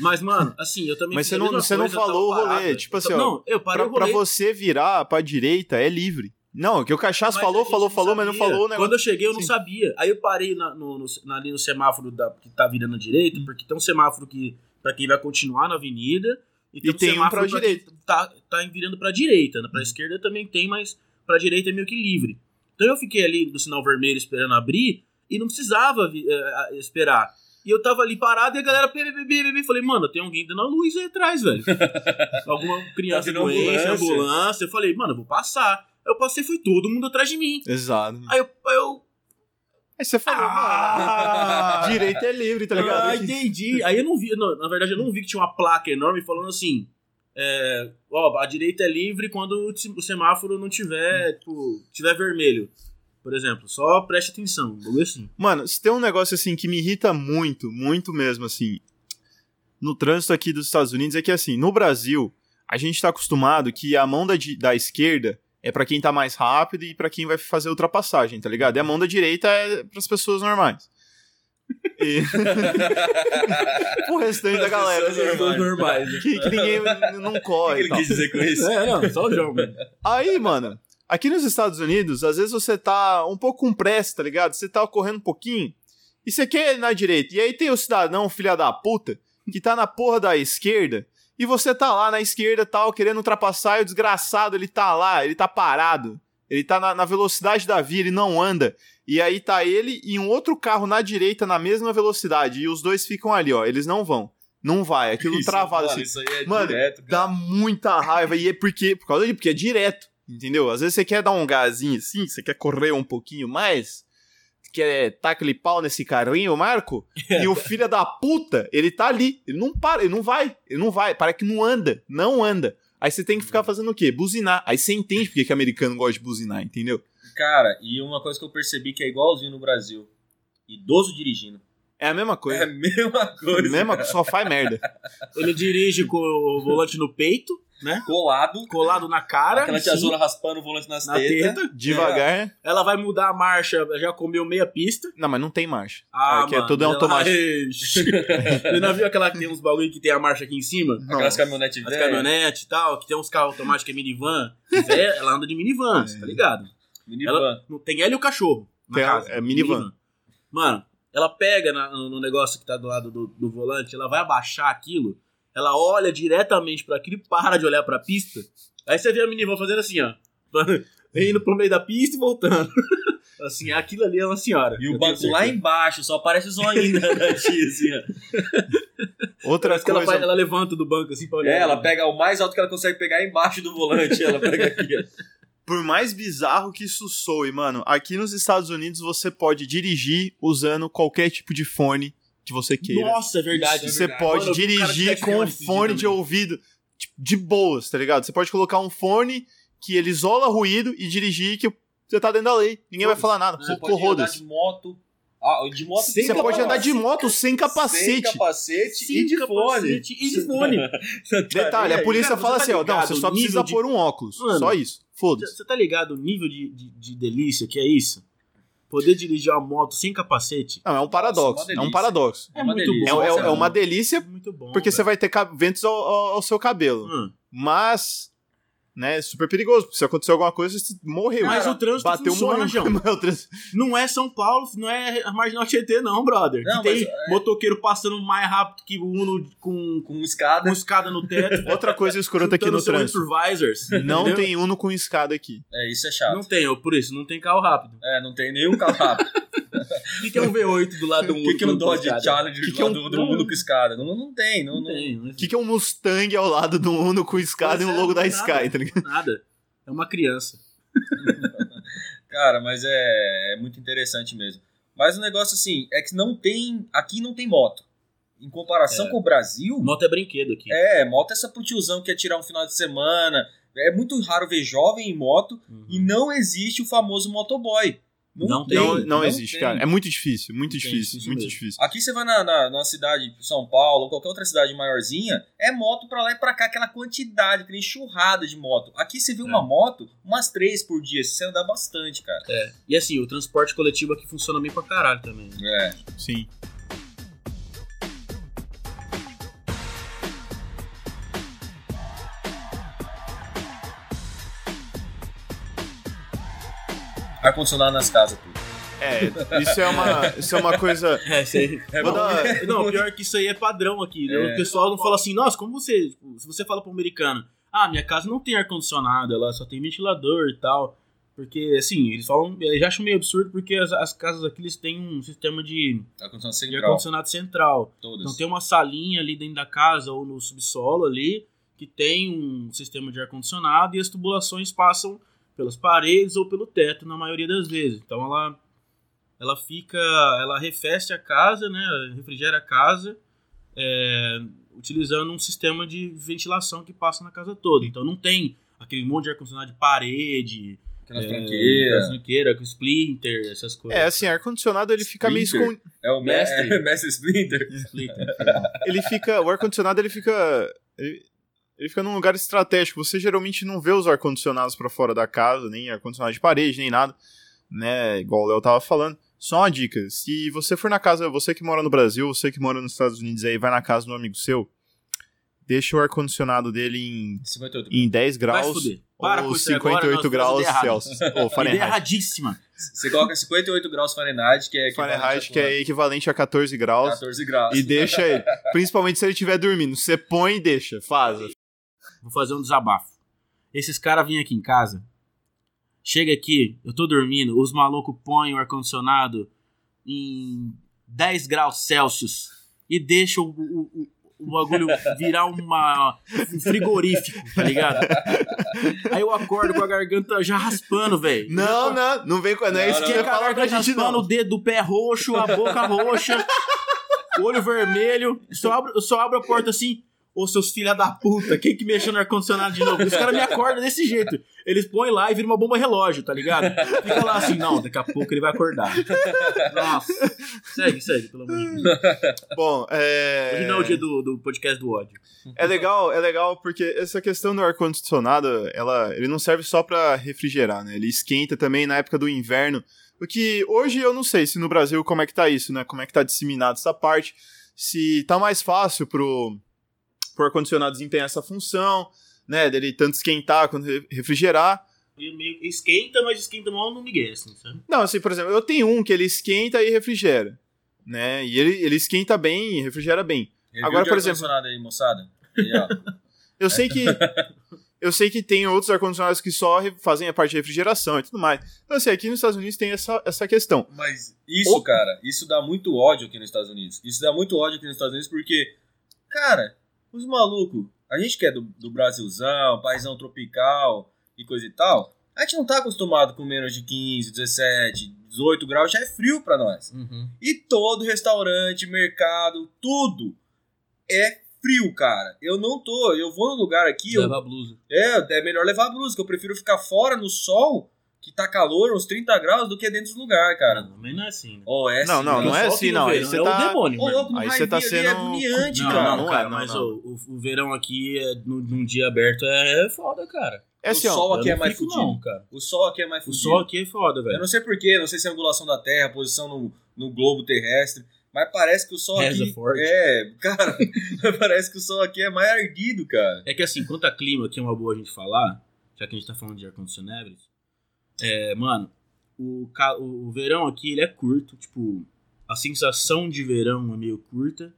Speaker 2: Mas, mano, assim, eu também
Speaker 1: Mas
Speaker 2: fiz
Speaker 1: você
Speaker 2: a
Speaker 1: não-
Speaker 2: mesma
Speaker 1: você não
Speaker 2: coisa, eu
Speaker 1: falou
Speaker 2: tava
Speaker 1: o rolê,
Speaker 2: parado.
Speaker 1: tipo assim,
Speaker 2: Eu
Speaker 1: ó,
Speaker 2: tava- Não, eu parei
Speaker 1: pra,
Speaker 2: o rolê.
Speaker 1: pra você virar pra direita é livre. Não, o que o Cachaço
Speaker 2: mas a
Speaker 1: falou,
Speaker 2: gente
Speaker 1: falou,
Speaker 2: não
Speaker 1: falou, mas não
Speaker 2: sabia.
Speaker 1: falou o negócio.
Speaker 2: Quando eu cheguei, eu não
Speaker 1: Sim.
Speaker 2: sabia. Aí eu parei na- no, no- na- ali no semáforo da- que tá virando à direita,
Speaker 1: Uhum.
Speaker 2: porque tem um semáforo que pra quem vai continuar na avenida. E tem,
Speaker 1: tem um
Speaker 2: semáforo
Speaker 1: pra Uhum.
Speaker 2: quem Tá, tá virando pra direita. né? Pra esquerda também tem, mas pra direita é meio que livre. Então eu fiquei ali no sinal vermelho esperando abrir e não precisava vi- eh, eh, esperar. E eu tava ali parado e a galera, bebê, bebê, bebê, falei, mano, tem alguém dando a luz aí atrás, velho. Alguma criança
Speaker 3: vindo
Speaker 2: doente,
Speaker 3: ambulância.
Speaker 2: ambulância. Eu falei, mano, eu vou passar. Eu passei, foi todo mundo atrás de mim.
Speaker 1: Exato.
Speaker 2: Aí eu. eu
Speaker 1: Aí você falou,
Speaker 2: Ah!
Speaker 1: mano, direita é livre, tá ligado?
Speaker 2: ah, entendi. Aí eu não vi, não, na verdade, eu não vi que tinha uma placa enorme falando assim. é, ó, a direita é livre quando o se- o semáforo não tiver,
Speaker 3: Hum.
Speaker 2: tipo, tiver vermelho. Por exemplo, só preste atenção, um bagulho assim.
Speaker 1: Mano, se tem um negócio assim que me irrita muito, muito mesmo, assim, no trânsito aqui dos Estados Unidos, é que assim, no Brasil, a gente tá acostumado que a mão da, di- da esquerda é pra quem tá mais rápido e pra quem vai fazer ultrapassagem, tá ligado? E a mão da direita é pras pessoas normais. E pro restante da galera,
Speaker 3: Pras pessoas
Speaker 1: assim,
Speaker 2: normais.
Speaker 3: Normais.
Speaker 2: né?
Speaker 1: que, que ninguém n- não corre e
Speaker 3: Ele
Speaker 1: tal.
Speaker 3: quis dizer né? com isso.
Speaker 2: É, não, só o jogo.
Speaker 1: Aí, mano, aqui nos Estados Unidos, às vezes você tá um pouco com pressa, tá ligado? Você tá correndo um pouquinho e você quer ir na direita. E aí tem o cidadão, filha da puta, que tá na porra da esquerda e você tá lá na esquerda tal, querendo ultrapassar e o desgraçado ele tá lá, ele tá parado. Ele tá na, na velocidade da via, ele não anda. E aí tá ele e um outro carro na direita na mesma velocidade. E os dois ficam ali, ó. Eles não vão. Não vai. Aquilo
Speaker 3: Isso,
Speaker 1: travado
Speaker 3: mano,
Speaker 1: assim.
Speaker 3: Isso aí é
Speaker 1: Mano,
Speaker 3: direto, cara.
Speaker 1: Dá muita raiva. E é porque, por causa de porque é direto, entendeu? Às vezes você quer dar um gásinho assim, você quer correr um pouquinho mais, quer tacar pau nesse carrinho, Marco, e o filho da puta, ele tá ali. Ele não para, ele não vai, ele não vai. Para que não anda, não anda. Aí você tem que ficar fazendo o quê? Buzinar. Aí você entende porque que americano gosta de buzinar, entendeu?
Speaker 3: Cara, e uma coisa que eu percebi que é igualzinho no Brasil. Idoso dirigindo.
Speaker 1: É a mesma
Speaker 3: É a
Speaker 1: coisa.
Speaker 3: mesma
Speaker 1: É a
Speaker 3: coisa.
Speaker 1: mesma, só faz merda.
Speaker 2: Ele dirige com o volante no peito, né?
Speaker 3: Colado.
Speaker 2: colado na cara.
Speaker 3: Aquela
Speaker 2: assim,
Speaker 3: tiazona raspando o volante nas
Speaker 2: na
Speaker 3: tetas.
Speaker 2: teta.
Speaker 1: Devagar.
Speaker 2: Ela vai mudar a marcha, já comeu meia pista.
Speaker 1: Não, mas não tem marcha.
Speaker 2: Ah,
Speaker 1: Aqui é tudo automático.
Speaker 2: Você não viu aquela que tem uns bagulho que tem a marcha aqui em cima?
Speaker 3: Aquelas
Speaker 1: Nossa.
Speaker 3: caminhonetes
Speaker 2: As
Speaker 3: velhas.
Speaker 2: caminhonetes e tal, que tem uns carros automáticos que é minivan. Se Quiser, ela anda de minivan,
Speaker 1: É.
Speaker 2: cê tá ligado?
Speaker 3: Minivan.
Speaker 2: Ela- Não Tem ela e o cachorro na
Speaker 1: Tem a-
Speaker 2: casa.
Speaker 1: é minivan.
Speaker 2: Mano, ela pega na- no, no negócio que tá do lado do, do volante, ela vai abaixar aquilo, ela olha diretamente pra aquilo e para de olhar pra pista. Aí você vê a minivan fazendo assim, ó. Indo pro meio da pista e voltando. assim, aquilo ali é uma senhora.
Speaker 3: E
Speaker 2: Eu
Speaker 3: o
Speaker 2: tenho
Speaker 3: banco lá
Speaker 2: certeza.
Speaker 3: embaixo, só aparece o zoinho da da tia, assim, ó.
Speaker 1: Outra
Speaker 2: Parece que ela,
Speaker 1: coisa.
Speaker 2: faz- ela levanta do banco assim pra olhar.
Speaker 3: É, ela pega o mais alto que ela consegue pegar embaixo do volante. Ela pega aqui, ó.
Speaker 1: Por mais bizarro que isso soe, mano, aqui nos Estados Unidos você pode dirigir usando qualquer tipo de fone que você queira.
Speaker 2: Nossa, é verdade.
Speaker 1: você
Speaker 2: é verdade.
Speaker 1: pode
Speaker 2: Mano, eu vi um cara que
Speaker 1: dirigir
Speaker 2: tá
Speaker 1: com um
Speaker 2: tirando
Speaker 1: fone de
Speaker 2: também.
Speaker 1: ouvido tipo, de boas, tá ligado? Você pode colocar um fone que ele isola ruído e dirigir que você tá dentro da lei. Ninguém vai falar
Speaker 2: Né?
Speaker 1: nada.
Speaker 3: Você
Speaker 1: Pô,
Speaker 3: pode andar
Speaker 1: Rodas.
Speaker 3: de moto. Ah, de moto
Speaker 2: Sem
Speaker 1: Você pode andar de
Speaker 2: capacete.
Speaker 1: moto sem
Speaker 3: Sem
Speaker 1: capacete.
Speaker 3: capacete e
Speaker 2: Sim,
Speaker 3: de fone.
Speaker 2: capacete E de fone.
Speaker 1: Detalhe, a polícia
Speaker 2: Cara, você
Speaker 1: fala
Speaker 2: tá
Speaker 1: assim, ó, não,
Speaker 2: ligado
Speaker 1: você
Speaker 2: o
Speaker 1: só
Speaker 2: nível
Speaker 1: precisa
Speaker 2: de-
Speaker 1: pôr um óculos.
Speaker 2: Mano,
Speaker 1: só isso. Foda-se.
Speaker 2: Você tá ligado o nível de, de, de delícia que é isso? Poder dirigir uma moto sem capacete
Speaker 1: Não, é um paradoxo.
Speaker 3: Nossa,
Speaker 1: É
Speaker 3: uma
Speaker 1: um paradoxo.
Speaker 2: é,
Speaker 3: uma
Speaker 2: muito
Speaker 1: É,
Speaker 3: delícia.
Speaker 2: bom.
Speaker 1: é-
Speaker 3: Nossa,
Speaker 1: é uma
Speaker 3: mano.
Speaker 1: delícia
Speaker 2: Muito bom.
Speaker 1: porque você
Speaker 2: velho.
Speaker 1: vai ter ca- ventos ao, ao- ao seu cabelo.
Speaker 2: Hum.
Speaker 1: Mas, né, é super perigoso. Se acontecer alguma coisa, você morreu.
Speaker 2: Mas o trânsito
Speaker 1: Bateu, um
Speaker 2: funciona,
Speaker 1: morreu.
Speaker 2: João.
Speaker 1: O trânsito-
Speaker 2: Não é São Paulo, não é a Marginal Tietê, não, brother.
Speaker 3: Não,
Speaker 2: que tem
Speaker 3: mas,
Speaker 2: motoqueiro passando mais rápido que o Uno com,
Speaker 3: Com Um escada.
Speaker 2: com escada no teto.
Speaker 1: Outra coisa escrota aqui
Speaker 2: chutando
Speaker 1: no
Speaker 2: seu
Speaker 1: trânsito.
Speaker 2: Improvisers.
Speaker 1: Não
Speaker 2: entendeu?
Speaker 1: tem Uno com escada aqui.
Speaker 3: É, isso é chato.
Speaker 2: Não tem, eu- por isso, não tem carro rápido.
Speaker 3: É, não tem nenhum carro rápido.
Speaker 2: E tem um V8 do lado do
Speaker 3: O
Speaker 2: Uno.
Speaker 3: que, que é
Speaker 2: com
Speaker 3: um Dodge
Speaker 2: escada?
Speaker 3: Challenger
Speaker 1: Que que
Speaker 3: do,
Speaker 1: é
Speaker 3: lado
Speaker 1: um-
Speaker 3: do mundo com escada? Não, não tem, não,
Speaker 2: Não
Speaker 3: não,
Speaker 2: tem, não
Speaker 1: O que, que é um Mustang ao lado do Uno com escada
Speaker 2: Pois
Speaker 1: e o
Speaker 2: é,
Speaker 1: logo da
Speaker 2: nada.
Speaker 1: Sky, tá ligado?
Speaker 2: é nada. É uma criança.
Speaker 3: Cara, mas é, é muito interessante mesmo. Mas o negócio, assim, é que não tem. Aqui não tem moto. Em comparação
Speaker 2: É.
Speaker 3: com o Brasil,
Speaker 2: Moto é brinquedo aqui.
Speaker 3: Hum. é, moto é essa pro tiozão que quer tirar um final de semana. É muito raro ver jovem em moto
Speaker 2: Uhum.
Speaker 3: e não existe o famoso motoboy. Não,
Speaker 2: Não
Speaker 3: tem.
Speaker 2: tem,
Speaker 1: não, não existe,
Speaker 3: tem.
Speaker 1: cara. É muito difícil, muito
Speaker 2: Não tem,
Speaker 1: difícil,
Speaker 2: isso
Speaker 1: muito
Speaker 2: mesmo.
Speaker 1: difícil.
Speaker 3: Aqui você vai na, na, na cidade, tipo, São Paulo, ou qualquer outra cidade maiorzinha, é moto pra lá e pra cá, aquela quantidade, aquela enxurrada de moto. Aqui você vê uma
Speaker 2: É.
Speaker 3: moto, umas três por dia, se você andar bastante, cara.
Speaker 2: E assim, o transporte coletivo aqui funciona bem pra caralho também. né?
Speaker 3: É.
Speaker 1: Sim.
Speaker 3: Ar-condicionado nas casas, tudo.
Speaker 1: É, isso é uma, isso é uma coisa.
Speaker 2: É, isso aí.
Speaker 3: É
Speaker 1: Vou
Speaker 3: bom.
Speaker 1: dar-
Speaker 2: Não, pior que isso aí é padrão aqui. né?
Speaker 3: É.
Speaker 2: O pessoal não fala assim, nossa, como você. tipo, se você fala pro americano, ah, minha casa não tem ar-condicionado, ela só tem ventilador e tal. Porque, assim, eles falam. Eles acham meio absurdo porque as, as casas aqui eles têm um sistema de,
Speaker 3: Ar-condicionado
Speaker 2: de
Speaker 3: central,
Speaker 2: ar-condicionado central.
Speaker 3: todas.
Speaker 2: Então tem uma salinha ali dentro da casa ou no subsolo ali que tem um sistema de ar-condicionado e as tubulações passam pelas paredes ou pelo teto na maioria das vezes. Então ela ela fica, ela arrefece a casa, né, refrigera a casa, é, utilizando um sistema de ventilação que passa na casa toda. Então não tem aquele monte de ar-condicionado de parede,
Speaker 3: Aquelas
Speaker 2: é,
Speaker 3: tranqueiras.
Speaker 2: tranqueira, com splinter, essas coisas.
Speaker 1: É, assim, ar-condicionado ele fica meio
Speaker 3: Splinter.
Speaker 1: escondido.
Speaker 3: É o mestre,
Speaker 2: Mestre.
Speaker 3: é, mestre Splinter.
Speaker 2: Splinter.
Speaker 1: Ele fica. O ar-condicionado ele fica. Ele, ele fica num lugar estratégico. Você geralmente não vê os ar-condicionados pra fora da casa, nem ar-condicionado de parede, nem nada. Né? Igual o Léo tava falando. Só uma dica: se você for na casa, você que mora no Brasil, você que mora nos Estados Unidos aí, vai na casa de um amigo seu, deixa o ar-condicionado dele em,
Speaker 3: 58.
Speaker 1: em 10
Speaker 2: Vai se
Speaker 1: graus.
Speaker 2: fuder. Para com
Speaker 1: Ou
Speaker 2: isso agora, nós
Speaker 1: 58
Speaker 2: fazemos
Speaker 1: graus
Speaker 2: errado.
Speaker 1: Celsius. né? Ou
Speaker 2: Ideia
Speaker 1: Fahrenheit.
Speaker 2: erradíssima.
Speaker 3: Você coloca 58 graus Fahrenheit, que é equivalente
Speaker 1: Fahrenheit,
Speaker 3: a
Speaker 1: que é equivalente a 14 graus.
Speaker 3: 14 graus.
Speaker 1: E deixa ele. Principalmente se ele estiver dormindo. Você põe e deixa. Faz.
Speaker 2: Vou fazer um desabafo. Esses caras vêm aqui em casa. Chega aqui, eu tô dormindo, os malucos põem o ar-condicionado em 10 graus Celsius e deixam o, o- o- o bagulho virar uma, um frigorífico, tá ligado? Aí eu acordo com a garganta já raspando, velho.
Speaker 1: Não, não. Não vem com. Não é
Speaker 3: Não,
Speaker 1: isso que eu
Speaker 3: não,
Speaker 1: ia
Speaker 2: Com a
Speaker 1: falar pra
Speaker 2: garganta
Speaker 1: gente,
Speaker 2: raspando, o
Speaker 1: não.
Speaker 2: dedo do pé roxo, a boca roxa, o olho vermelho. Só abro, eu só abro a porta assim. Ô, seus filha da puta, quem que mexeu no ar-condicionado de novo? Os caras me acordam desse jeito. Eles põem lá e viram uma bomba relógio, tá ligado? Fica lá assim, não, daqui a pouco ele vai acordar. Nossa. Segue, segue, pelo amor de Deus.
Speaker 1: Bom,
Speaker 2: Hoje
Speaker 1: é.
Speaker 2: não é o dia do, do podcast do ódio.
Speaker 1: É legal, é legal porque essa questão do ar-condicionado, ela, ele não serve só pra refrigerar, né? Ele esquenta também na época do inverno. O que hoje eu não sei se no Brasil como é que tá isso, né? Como é que tá disseminado essa parte. Se tá mais fácil pro, pro ar-condicionado desempenhar essa função, né? Dele tanto esquentar quanto re- refrigerar.
Speaker 2: Ele meio que esquenta, mas esquenta mal no Miguel, assim, sabe?
Speaker 1: Não, assim, por exemplo, eu tenho um que ele esquenta e refrigera, né? E ele, ele esquenta bem e refrigera bem.
Speaker 3: Review
Speaker 1: Agora,
Speaker 3: de
Speaker 1: por exemplo-
Speaker 3: ar-condicionado aí, moçada. Aí, ó.
Speaker 1: Eu sei que. Eu sei que tem outros ar-condicionados que só re- fazem a parte de refrigeração e tudo mais. Então, assim, aqui nos Estados Unidos tem essa, essa questão.
Speaker 3: Mas isso,
Speaker 1: Ou-
Speaker 3: cara, isso dá muito ódio aqui nos Estados Unidos. Isso dá muito ódio aqui nos Estados Unidos porque, cara, os malucos, a gente que é do, do Brasilzão, paizão tropical e coisa e tal, A gente não tá acostumado com menos de 15, 17, 18 graus, já é frio pra nós.
Speaker 2: Uhum.
Speaker 3: E todo restaurante, mercado, tudo é frio, cara. Eu não tô, eu vou num lugar aqui, eu
Speaker 2: Leva a blusa.
Speaker 3: é, é melhor levar a blusa, que eu prefiro ficar fora no sol, que tá calor, uns 30 graus, do que dentro do lugar,
Speaker 2: Cara,
Speaker 3: cara.
Speaker 2: não, mas não é assim, né?
Speaker 3: Oh, é
Speaker 1: Não,
Speaker 3: sim,
Speaker 1: não,
Speaker 3: cara.
Speaker 1: não é
Speaker 2: Só
Speaker 1: assim,
Speaker 2: que no
Speaker 1: não. Aí
Speaker 2: verão
Speaker 1: você
Speaker 2: é o
Speaker 1: tá.
Speaker 2: demônio,
Speaker 3: Ô,
Speaker 2: mano.
Speaker 3: louco, no
Speaker 1: Aí
Speaker 3: raio
Speaker 1: você tá
Speaker 3: ali é
Speaker 1: sendo-
Speaker 3: agoniante,
Speaker 2: Não,
Speaker 3: cara.
Speaker 2: não,
Speaker 1: não
Speaker 2: cara,
Speaker 1: é, não,
Speaker 2: mas
Speaker 1: não.
Speaker 2: O, o verão aqui, é, num, num dia aberto, é foda, cara.
Speaker 1: É assim,
Speaker 3: o
Speaker 1: ó.
Speaker 3: sol
Speaker 2: Eu
Speaker 3: aqui é
Speaker 2: não
Speaker 3: mais
Speaker 2: fico,
Speaker 3: fudido.
Speaker 2: não, cara.
Speaker 3: O sol aqui é mais
Speaker 2: O
Speaker 3: fudido.
Speaker 2: sol aqui é foda,
Speaker 3: Eu
Speaker 2: velho.
Speaker 3: não sei porquê, não sei se é a angulação da Terra, a posição no, no globo terrestre, mas parece que o sol
Speaker 2: Reza
Speaker 3: aqui
Speaker 2: forte.
Speaker 3: é, cara, parece que o sol aqui é mais ardido, cara.
Speaker 2: É que assim, quanto a clima, que é uma boa a gente falar, já que a gente tá falando de ar-condicionado, é, mano, o, ca- o verão aqui, ele é curto, tipo, a sensação de verão é meio curta,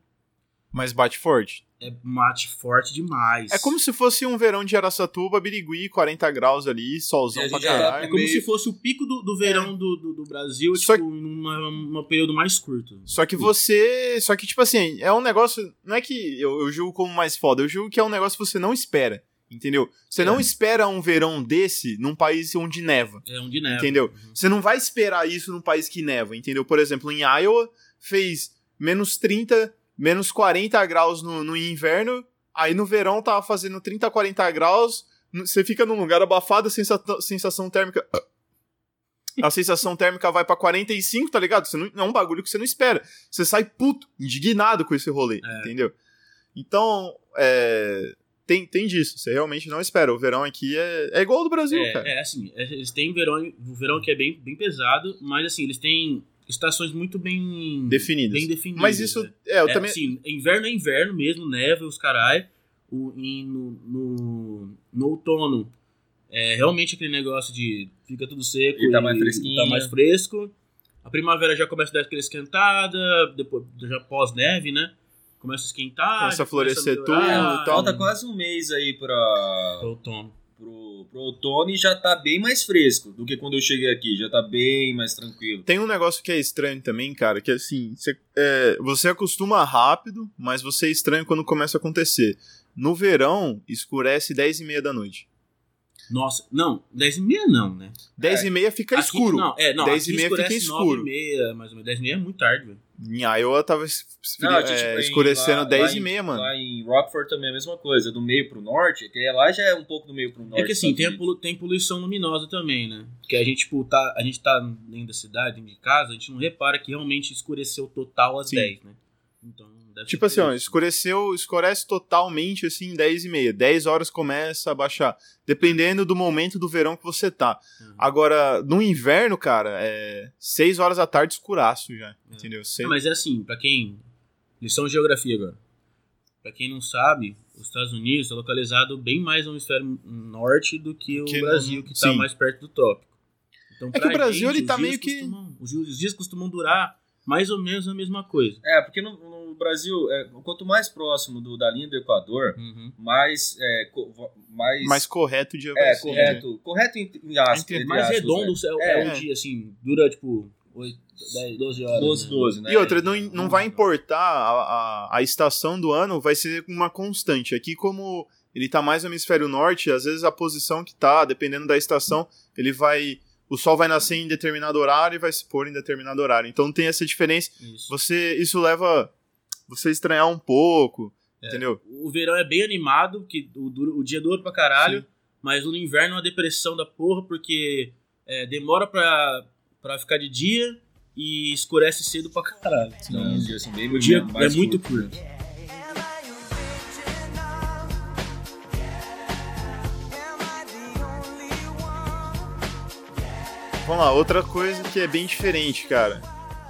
Speaker 1: Mas bate forte.
Speaker 2: é mate forte demais.
Speaker 1: É como se fosse um verão de Araçatuba, Birigui, 40 graus ali,
Speaker 3: E
Speaker 1: solzão
Speaker 3: a
Speaker 1: pra
Speaker 3: gente já tá
Speaker 2: É
Speaker 1: caralho.
Speaker 2: como
Speaker 3: meio-
Speaker 2: se fosse o pico do, do verão do, do, do Brasil,
Speaker 1: Só
Speaker 2: tipo, numa- num período mais curto.
Speaker 1: Só que você. Só que, tipo assim, é um negócio. Não é que eu, eu julgo como mais foda, eu julgo que é um negócio que você não espera. Entendeu? Você não espera um verão desse num país onde neva.
Speaker 2: É um de neve.
Speaker 1: Entendeu? Você não vai esperar isso num país que neva, entendeu? Por exemplo, em Iowa fez menos 30, menos 40 graus no, no inverno, aí no verão tava fazendo 30, 40 graus, n- você fica num lugar abafado, a sensato- sensação térmica. A sensação térmica vai pra 45, tá ligado? Você não, é um bagulho que você não espera. Você sai puto, indignado com esse rolê,
Speaker 2: É.
Speaker 1: entendeu? Então, é, tem, tem disso. Você realmente não espera. O verão aqui é, é igual ao do Brasil, cara.
Speaker 2: É, é assim, é- eles têm verão, o verão que é bem, bem pesado, mas assim, eles têm estações muito bem
Speaker 1: Definidas.
Speaker 2: Bem definidas
Speaker 1: Mas isso,
Speaker 2: né?
Speaker 1: é, eu
Speaker 2: é,
Speaker 1: também.
Speaker 2: assim, inverno é inverno mesmo, neve, os carai. O, e no, no, no outono, é realmente aquele negócio de fica tudo seco
Speaker 3: E tá mais fresquinho.
Speaker 2: tá mais fresco. A primavera já começa a dar aquela esquentada, depois, já pós-neve, né? Começa a esquentar.
Speaker 1: Começa a florescer
Speaker 2: melhorar.
Speaker 1: tudo e tal.
Speaker 3: Falta quase um mês aí pra,
Speaker 2: Pro outono.
Speaker 3: pro, pro outono e já tá bem mais fresco do que quando eu cheguei aqui, já tá bem mais tranquilo.
Speaker 1: Tem um negócio que é estranho também, cara, que assim, você, é, você acostuma rápido, mas você é estranho quando começa a acontecer. No verão, escurece 10 e meia da noite.
Speaker 2: Nossa, não, 10 e meia não, né?
Speaker 1: 10
Speaker 3: É.
Speaker 1: e meia fica
Speaker 2: Aqui-
Speaker 1: escuro.
Speaker 2: Não, é, não,
Speaker 1: 10
Speaker 2: aqui
Speaker 1: e meia fica
Speaker 2: escurece nove
Speaker 1: escuro.
Speaker 2: e meia, mais ou menos. 10 e meia é muito tarde, velho.
Speaker 1: Em Iowa tava es-
Speaker 3: Não,
Speaker 1: é,
Speaker 3: tipo, em-
Speaker 1: escurecendo
Speaker 3: lá-
Speaker 1: 10
Speaker 3: lá
Speaker 1: e
Speaker 3: em-
Speaker 1: meia, mano.
Speaker 3: Lá em Rockford também é a mesma coisa, do meio pro norte, que lá já é um pouco do meio pro norte.
Speaker 2: É que assim,
Speaker 3: sabe?
Speaker 2: tem, a polu- tem poluição luminosa também, né? Que a gente, tipo, tá, a gente tá dentro da cidade, dentro de casa, a gente não repara que realmente escureceu total às
Speaker 1: Sim.
Speaker 2: 10, né? Então, deve
Speaker 1: Tipo assim,
Speaker 2: ser
Speaker 1: ó,
Speaker 2: isso.
Speaker 1: escureceu, escurece totalmente assim 10 e meia. 10 horas começa a baixar. Dependendo do momento do verão que você tá.
Speaker 2: Uhum.
Speaker 1: Agora, no inverno, cara, é 6 horas da tarde escuraço já.
Speaker 3: Uhum.
Speaker 1: Entendeu? Sei-
Speaker 2: Ah, Mas é assim, pra quem. Lição de geografia agora. Pra quem não sabe, os Estados Unidos é localizado bem mais no hemisfério norte do que o
Speaker 1: Que não-
Speaker 2: Brasil, que tá
Speaker 1: sim.
Speaker 2: mais perto do trópico. Então,
Speaker 1: que
Speaker 2: pra
Speaker 1: o Brasil,
Speaker 2: gente,
Speaker 1: ele tá
Speaker 2: os dias
Speaker 1: meio que-
Speaker 2: costumam- os, dias- os dias costumam durar mais ou menos a mesma coisa.
Speaker 3: É, porque no, no Brasil, é, quanto mais próximo do- da linha do Equador, mais. É, co- vo- mais,
Speaker 1: mais correto de
Speaker 3: é,
Speaker 1: você, né?
Speaker 3: correto. Correto em, em aspas.
Speaker 1: Entre-
Speaker 3: entre
Speaker 2: Mais
Speaker 3: aspas,
Speaker 2: redondo
Speaker 3: né?
Speaker 2: é,
Speaker 1: É.
Speaker 2: é um dia, assim, dura tipo 8, 10, 12 horas.
Speaker 3: 12,
Speaker 2: né?
Speaker 3: 12, né?
Speaker 1: E outra, não, não
Speaker 2: Não,
Speaker 1: vai
Speaker 2: não.
Speaker 1: importar a, a, a estação do ano, vai ser uma constante. Aqui, como ele tá mais no hemisfério norte, às vezes a posição que tá, dependendo da estação, ele vai. O sol vai nascer em determinado horário e vai se pôr em determinado horário. Então tem essa diferença.
Speaker 2: Isso.
Speaker 1: Você. Isso leva você a estranhar um pouco. Entendeu?
Speaker 2: O verão é bem animado, que o, dura- o dia dura pra caralho,
Speaker 1: Sim.
Speaker 2: mas no inverno é uma depressão da porra, porque é, demora pra, pra ficar de dia e escurece cedo pra caralho.
Speaker 3: Não, os dias Então, são bem
Speaker 2: o dia é
Speaker 3: mais
Speaker 2: muito curto.
Speaker 3: curtos.
Speaker 5: Am I original? Am I the only one?
Speaker 1: Vamos lá, outra coisa que é bem diferente, cara.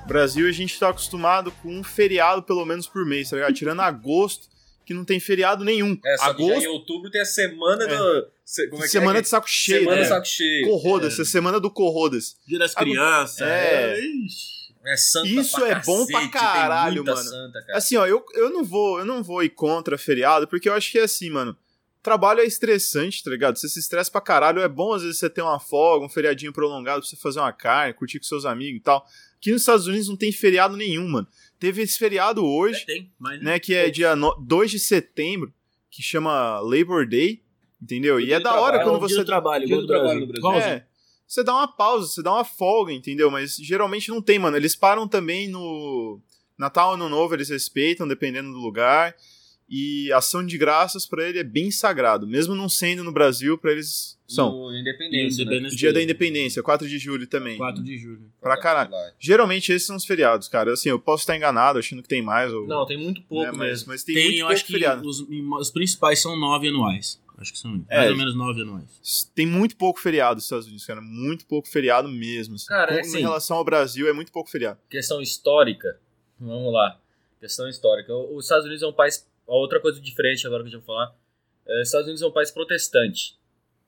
Speaker 1: Brasil, a gente tá acostumado com um feriado pelo menos por mês, tá ligado? Tirando agosto, que não tem feriado nenhum.
Speaker 3: É, só que já
Speaker 1: agosto,
Speaker 3: em outubro tem a semana
Speaker 1: É.
Speaker 3: do. se- como é que é?
Speaker 1: semana de saco cheio,
Speaker 3: Semana
Speaker 1: né?
Speaker 3: do saco cheio.
Speaker 1: Corrodas, é. semana do Corrodas.
Speaker 2: Dia das
Speaker 1: Ah,
Speaker 2: crianças.
Speaker 1: é.
Speaker 2: ixi.
Speaker 3: É santa
Speaker 1: Isso
Speaker 3: pra
Speaker 1: é bom pra
Speaker 3: cacete,
Speaker 1: caralho,
Speaker 3: tem muita
Speaker 1: mano.
Speaker 3: Santa, cara.
Speaker 1: Assim, ó, eu, eu não vou, eu não vou ir contra feriado, porque eu acho que é assim, mano. Trabalho é estressante, tá ligado? Você se estressa pra caralho. É bom, às vezes, você ter uma folga, um feriadinho prolongado pra você fazer uma carne, curtir com seus amigos e tal. Aqui nos Estados Unidos não tem feriado nenhum, mano. Teve esse feriado hoje,
Speaker 2: Tem, mas
Speaker 1: né? Que é dia no- 2 de setembro, que chama Labor Day. Entendeu? E é da
Speaker 3: trabalho,
Speaker 1: hora quando
Speaker 6: um dia
Speaker 1: você
Speaker 6: do trabalho,
Speaker 3: dia
Speaker 6: igual
Speaker 3: do
Speaker 6: do
Speaker 3: trabalho
Speaker 6: Brasil.
Speaker 3: no Brasil.
Speaker 6: Igualzinho.
Speaker 1: É, você dá uma pausa, você dá uma folga, entendeu? Mas geralmente não tem, mano. Eles param também no Natal, Ano Novo, eles respeitam, dependendo do lugar. E ação de graças pra ele é bem sagrado. Mesmo não sendo no Brasil, pra eles são.
Speaker 3: No
Speaker 1: É.
Speaker 2: E
Speaker 3: Independência, né?
Speaker 2: Independence
Speaker 1: Dia da
Speaker 2: Day,
Speaker 1: Independência, 4 de julho também.
Speaker 2: 4 de julho.
Speaker 1: Pra caralho. Geralmente esses são os feriados, cara. Assim, eu posso estar enganado achando que tem mais. Ou,
Speaker 6: Não, tem muito pouco
Speaker 1: né, mas,
Speaker 6: mesmo.
Speaker 1: mas tem,
Speaker 2: Tem,
Speaker 1: muito
Speaker 2: eu
Speaker 1: pouco
Speaker 2: acho que
Speaker 1: feriado.
Speaker 2: os, os principais são nove anuais. Acho que são
Speaker 1: É.
Speaker 2: mais ou menos nove anuais.
Speaker 1: Tem muito pouco feriado nos Estados Unidos, cara. Muito pouco feriado mesmo. assim.
Speaker 3: Cara,
Speaker 1: Com-
Speaker 3: assim-
Speaker 1: Em relação ao Brasil, é muito pouco feriado.
Speaker 3: Questão histórica. Vamos lá. Questão histórica. O- Os Estados Unidos é um país. ó, Outra coisa diferente agora que a gente vai falar. É, Os Estados Unidos é um país protestante.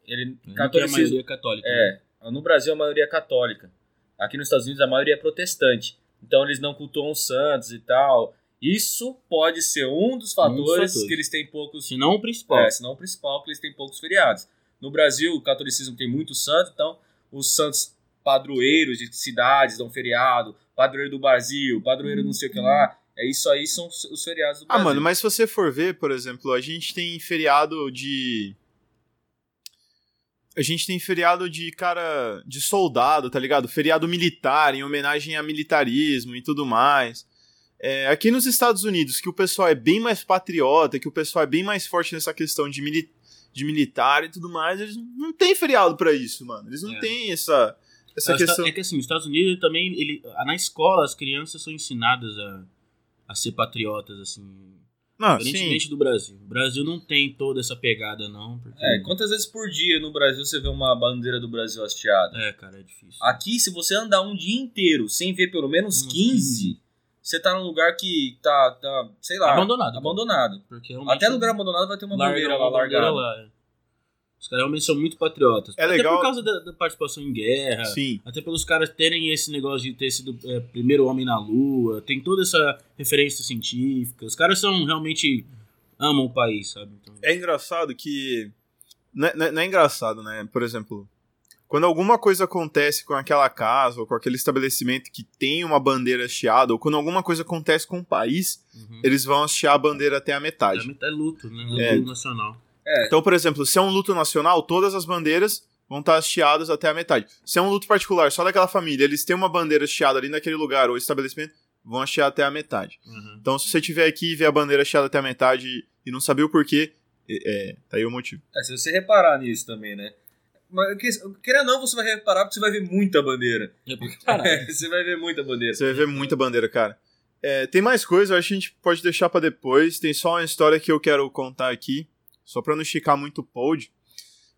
Speaker 3: Ele,
Speaker 6: É.
Speaker 2: Não tem a
Speaker 3: catolicismo,
Speaker 2: maioria católica.
Speaker 3: É, no Brasil a maioria é católica. Aqui nos Estados Unidos a maioria é protestante. Então eles não cultuam os santos e tal. Isso pode ser um dos fatores,
Speaker 2: fatores.
Speaker 3: que eles têm poucos.
Speaker 2: Se não o principal.
Speaker 3: É, se não o principal, que eles têm poucos feriados. No Brasil, o catolicismo tem muito santo, então os santos padroeiros de cidades dão feriado, padroeiro do Brasil, padroeiro não sei o que lá. É isso aí, são os os feriados do
Speaker 1: Ah,
Speaker 3: Brasil.
Speaker 1: mano, mas se você for ver, por exemplo, a gente tem feriado de. A gente tem feriado de cara. de soldado, tá ligado? Feriado militar, em homenagem a militarismo e tudo mais. É, aqui nos Estados Unidos, que o pessoal é bem mais patriota, que o pessoal é bem mais forte nessa questão de, mili- de militar e tudo mais, eles não têm feriado pra isso, mano. Eles não
Speaker 2: É.
Speaker 1: têm essa, essa
Speaker 2: Os Esta-
Speaker 1: questão.
Speaker 2: É que assim, os Estados Unidos ele também, ele, ah, na escola, as crianças são ensinadas a, a ser patriotas, assim.
Speaker 1: Não, Ah, sim.
Speaker 2: Diferentemente do Brasil. O Brasil não tem toda essa pegada, não. Porque,
Speaker 3: É, quantas vezes por dia no Brasil você vê uma bandeira do Brasil hasteada?
Speaker 2: É, cara, é difícil.
Speaker 3: Aqui, se você andar um dia inteiro sem ver pelo menos
Speaker 2: Uns
Speaker 3: 15, você tá num lugar que tá, tá sei lá,
Speaker 2: Abandonado.
Speaker 3: abandonado.
Speaker 2: Porque realmente
Speaker 3: Até lugar abandonado vai ter uma
Speaker 2: largam
Speaker 3: bandeira
Speaker 2: a
Speaker 3: lá
Speaker 2: bandeira
Speaker 3: largada.
Speaker 2: lá, é. Os caras realmente são muito patriotas.
Speaker 1: É
Speaker 2: até
Speaker 1: legal-
Speaker 2: por causa da, da participação em guerra.
Speaker 1: Sim.
Speaker 2: Até pelos caras terem esse negócio de ter sido é, primeiro homem na lua. Tem toda essa referência científica. Os caras são realmente... Amam o país, sabe? Então,
Speaker 1: é engraçado que. Não é, não é- não é engraçado, né? Por exemplo, quando alguma coisa acontece com aquela casa ou com aquele estabelecimento que tem uma bandeira hasteada, ou quando alguma coisa acontece com o país,
Speaker 2: uhum.
Speaker 1: eles vão hastear a bandeira até a metade.
Speaker 2: É, é luto, né?
Speaker 1: É.
Speaker 2: Luto nacional.
Speaker 1: Então, por exemplo, se é um luto nacional, todas as bandeiras vão estar hasteadas até a metade. Se é um luto particular, só daquela família, eles têm uma bandeira hasteada ali naquele lugar ou estabelecimento, vão hastear até a metade.
Speaker 2: Uhum.
Speaker 1: Então, se você estiver aqui e ver a bandeira hasteada até a metade e não saber o porquê, é, é, tá aí o motivo.
Speaker 3: É, se você reparar nisso também, né? Mas, que- querendo ou não, você vai reparar porque você vai ver muita bandeira.
Speaker 2: É porque, cara,
Speaker 3: você vai ver muita bandeira.
Speaker 1: Você vai ver muita bandeira, cara. É, tem mais coisa, eu acho que a gente pode deixar pra depois. Tem só uma história que eu quero contar aqui, só pra não esticar muito o pod.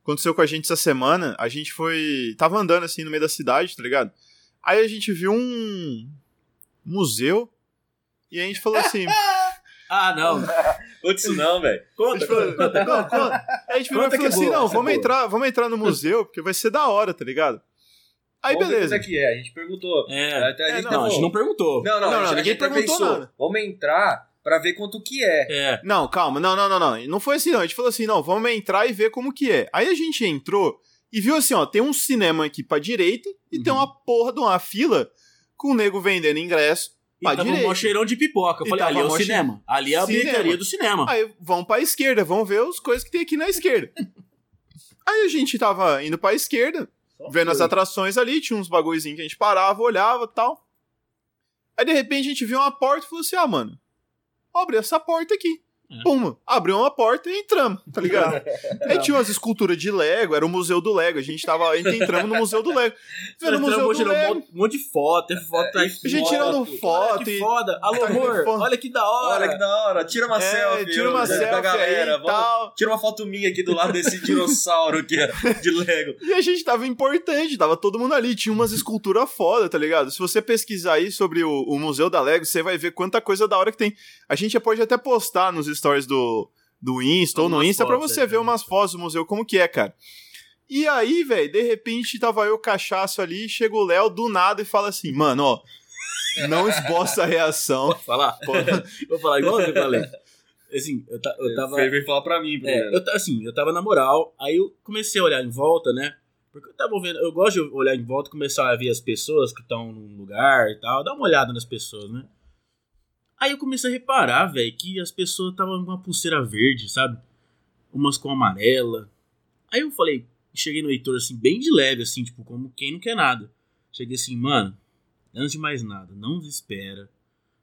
Speaker 1: Aconteceu com a gente essa semana, a gente foi. Tava andando assim no meio da cidade, tá ligado? Aí a gente viu um museu e a gente falou assim. a
Speaker 2: Ah, não.
Speaker 3: Ou disso não, velho.
Speaker 1: gente falou, "Não, não." Aí a gente virou e
Speaker 2: Conta que
Speaker 1: falou
Speaker 2: é
Speaker 1: assim:
Speaker 2: boa,
Speaker 1: não,
Speaker 2: essa é
Speaker 1: vamos
Speaker 2: boa."
Speaker 1: entrar, vamos entrar no museu, porque vai ser da hora, tá ligado? Aí
Speaker 3: Vamos ver
Speaker 1: beleza.
Speaker 3: quanto é que é. A gente perguntou.
Speaker 2: É.
Speaker 3: Até a
Speaker 1: É,
Speaker 3: gente
Speaker 1: não,
Speaker 2: Não, a gente
Speaker 3: falou.
Speaker 2: não perguntou.
Speaker 3: não, não,
Speaker 1: Não,
Speaker 3: a
Speaker 1: não,
Speaker 3: gente, a
Speaker 1: ninguém
Speaker 3: gente até
Speaker 1: perguntou
Speaker 3: pensou,
Speaker 1: nada.
Speaker 3: Vamos entrar pra ver quanto que é.
Speaker 2: É.
Speaker 1: Não, calma, não, não, não, não. Não foi assim, não. A gente falou assim, não, vamos entrar e ver como que é. Aí a gente entrou e viu assim, ó, tem um cinema aqui pra direita e tem
Speaker 2: Uhum.
Speaker 1: uma porra de uma fila com o nego vendendo ingresso
Speaker 2: E
Speaker 1: pra
Speaker 2: tava um mó
Speaker 1: direita.
Speaker 2: cheirão de pipoca. Eu
Speaker 1: E
Speaker 2: falei,
Speaker 1: tava
Speaker 2: ali é o
Speaker 1: mó che-
Speaker 2: cinema. Ali é a
Speaker 1: Cinema.
Speaker 2: bilheteria do cinema.
Speaker 1: Aí vão pra esquerda, vão ver as coisas que tem aqui na esquerda. Aí a gente tava indo pra esquerda, vendo as atrações ali, tinha uns bagulhozinhos que a gente parava, olhava e tal. Aí de repente a gente viu uma porta e falou assim: ah, mano, abre essa porta aqui.
Speaker 2: É.
Speaker 1: Pum, abriu uma porta e entramos, tá ligado? Aí tinha umas esculturas de Lego, era o Museu do Lego, a gente tava, a gente entramos no Museu do Lego. Vendo o
Speaker 2: Então,
Speaker 1: Museu
Speaker 2: eu vou
Speaker 1: do
Speaker 2: tirar um
Speaker 1: Lego,
Speaker 2: monte, um monte de foto. Teve foto aqui.
Speaker 1: É, a gente tirando
Speaker 2: Olha
Speaker 1: foto
Speaker 2: que
Speaker 1: e... tá
Speaker 2: foda. Alô, amor.
Speaker 1: foto.
Speaker 2: Olha que da hora.
Speaker 3: Olha que da hora. Tira uma
Speaker 1: É,
Speaker 3: selfie.
Speaker 1: tira uma
Speaker 3: da,
Speaker 1: selfie
Speaker 3: da galera.
Speaker 1: aí, e
Speaker 3: vamos-
Speaker 1: tal.
Speaker 3: Tira uma foto minha aqui do lado desse dinossauro aqui, ó, de Lego.
Speaker 1: E a gente tava importante, tava todo mundo ali, tinha umas esculturas foda, tá ligado? Se você pesquisar aí sobre o, o Museu da Lego, você vai ver quanta coisa da hora que tem. A gente pode até postar nos stories do, do Insta ou no
Speaker 2: Algumas
Speaker 1: Insta pra
Speaker 2: fotos
Speaker 1: você
Speaker 2: aí,
Speaker 1: ver
Speaker 2: né?
Speaker 1: umas fotos do museu, como que é, cara. E aí, velho, de repente tava eu cachaço ali, chega o Léo do nada e fala assim, mano, ó, não esboça a reação.
Speaker 2: Falar.
Speaker 1: Pô,
Speaker 2: Vou falar igual eu falei. Assim, eu, ta- eu tava...
Speaker 3: Ele veio falar pra mim,
Speaker 2: É,
Speaker 3: primeiro.
Speaker 2: eu, ta- assim, eu tava na moral, aí eu comecei a olhar em volta, né? Porque eu tava vendo, eu gosto de olhar em volta, começar a ver as pessoas que estão num lugar e tal, dar uma olhada nas pessoas, né? Aí eu comecei a reparar, velho, que as pessoas estavam com uma pulseira verde, sabe? Umas com amarela, Aí eu falei, cheguei no Heitor assim, bem de leve, assim, tipo, como quem não quer nada. Cheguei assim, mano, antes de mais nada, não desespera,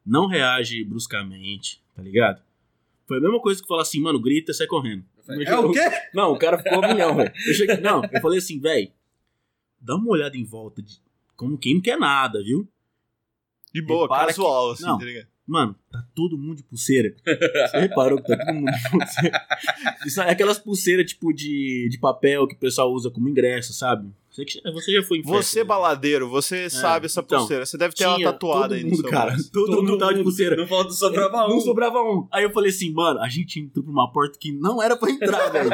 Speaker 2: não reage bruscamente, tá ligado? Foi a mesma coisa que falar assim, mano, grita e sai correndo.
Speaker 3: falei, "É
Speaker 2: Eu-
Speaker 3: quê?
Speaker 2: Não, É o cara ficou um milhão, velho. Eu cheguei- Não, eu falei assim, velho, dá uma olhada em volta de como quem não quer nada, viu?
Speaker 1: De boa,
Speaker 2: Repara
Speaker 1: casual,
Speaker 2: que-
Speaker 1: assim,
Speaker 2: não.
Speaker 1: tá ligado?
Speaker 2: Mano, tá todo mundo de pulseira. Você reparou que tá todo mundo de pulseira? Isso é aquelas pulseiras, tipo, de, de papel que o pessoal usa como ingresso, sabe? Você, que- você já foi em festa,
Speaker 1: Você,
Speaker 2: né?
Speaker 1: baladeiro, você sabe essa
Speaker 2: então,
Speaker 1: pulseira. Você deve ter ela
Speaker 2: Tinha
Speaker 1: tatuada
Speaker 2: todo
Speaker 1: aí no
Speaker 2: mundo,
Speaker 1: seu
Speaker 2: cara.
Speaker 1: braço.
Speaker 2: Todo, mundo tava de pulseira.
Speaker 3: tá Não falta sobrava um.
Speaker 2: Não sobrava um. Aí eu falei assim, mano, a gente entrou pra uma porta que não era pra entrar, velho.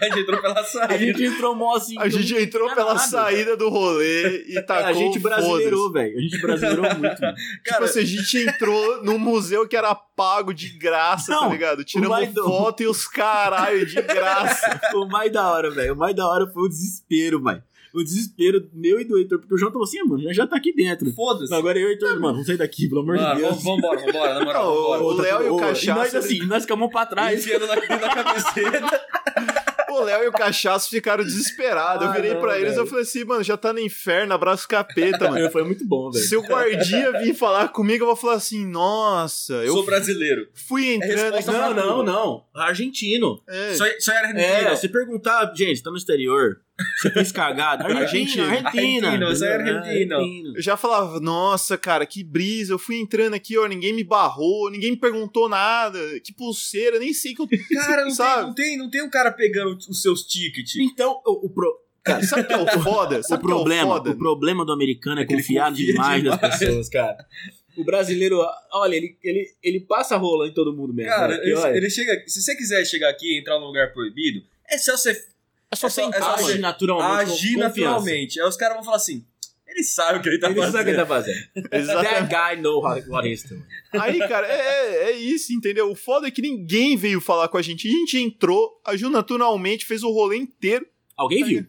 Speaker 3: A gente entrou pela
Speaker 2: A
Speaker 3: saída.
Speaker 2: gente entrou mó assim.
Speaker 1: A gente entrou pela
Speaker 2: Caralho,
Speaker 1: saída do rolê e tacou
Speaker 2: É, A gente
Speaker 1: foda-se.
Speaker 2: brasileirou, velho. A gente brasileirou muito. mano.
Speaker 1: Tipo assim, a gente entrou num museu que era pago de graça,
Speaker 2: Não,
Speaker 1: tá ligado? Tiramos
Speaker 2: Maidon.
Speaker 1: foto e os caralho de graça.
Speaker 2: o mais da hora, velho. O mais da hora foi o desespero, velho. O desespero meu e do Heitor, porque o João tava assim, ah, mano, já, já tá aqui dentro.
Speaker 3: Foda-se.
Speaker 2: Não, agora é eu e o Heitor, mano, vamos sair daqui, pelo amor de
Speaker 3: Mano,
Speaker 2: Deus.
Speaker 3: vamos- vambora, vambora, na moral,
Speaker 1: Não,
Speaker 3: vambora.
Speaker 1: o Léo e o
Speaker 2: Ô,
Speaker 1: Cachaça,
Speaker 2: E nós assim, nós com a mão pra trás.
Speaker 3: Enfiando na, na camiseta.
Speaker 1: O Léo e o Cachaço ficaram desesperados. eu
Speaker 2: Ah,
Speaker 1: virei
Speaker 2: não,
Speaker 1: pra eles e
Speaker 2: velho.
Speaker 1: eu falei assim, mano, já tá no inferno, abraço capeta, mano.
Speaker 2: Foi muito bom, velho.
Speaker 1: Se o guardinha vir falar comigo, eu vou falar assim, nossa, eu
Speaker 3: Sou brasileiro.
Speaker 1: fui
Speaker 3: É
Speaker 1: entrando...
Speaker 3: resposta
Speaker 1: Não,
Speaker 2: Não,
Speaker 3: pra
Speaker 2: não, não. Argentino.
Speaker 1: é.
Speaker 3: Só, só era assim.
Speaker 2: É,
Speaker 3: argentino.
Speaker 2: se perguntar, gente, tá no exterior. Você fez cagada.
Speaker 1: Argentino.
Speaker 2: Argentina.
Speaker 3: Argentino, você é
Speaker 2: entendeu?
Speaker 3: argentino.
Speaker 2: Ah, argentino.
Speaker 1: Eu já falava, nossa, cara, que brisa, eu fui entrando aqui, ó, ninguém me barrou, ninguém me perguntou nada, que pulseira, nem sei que eu...
Speaker 3: Cara, não tem,
Speaker 1: Sabe?
Speaker 3: não, tem, não tem um cara pegando os seus tickets.
Speaker 2: Então, o, o pro-
Speaker 1: Sabe o que é o foda? Sabe
Speaker 2: o problema,
Speaker 1: que é o foda?
Speaker 2: o problema do americano é,
Speaker 3: que ele
Speaker 2: confiar
Speaker 3: confia
Speaker 2: demais, nas
Speaker 3: demais.
Speaker 2: pessoas, cara. O brasileiro, olha, ele, ele, ele passa rola em todo mundo mesmo.
Speaker 3: Cara,
Speaker 2: né? Porque,
Speaker 3: ele,
Speaker 2: olha,
Speaker 3: ele chega. Se você quiser chegar aqui e entrar num lugar proibido, é só você
Speaker 1: É só
Speaker 3: é só- é
Speaker 1: sentar,
Speaker 3: só
Speaker 1: mano.
Speaker 3: você-
Speaker 2: age naturalmente. com
Speaker 3: agir
Speaker 2: confiança.
Speaker 3: naturalmente. Aí os caras vão falar assim: ele sabe o que ele tá
Speaker 2: Ele sabe o que
Speaker 3: fazendo.
Speaker 2: ele tá fazendo.
Speaker 1: Exatamente.
Speaker 2: That guy know how- what he's doing.
Speaker 1: Aí, cara, é, é isso, entendeu? O foda é que ninguém veio falar com a gente. A gente entrou, agiu naturalmente, fez o rolê inteiro.
Speaker 2: Alguém viu?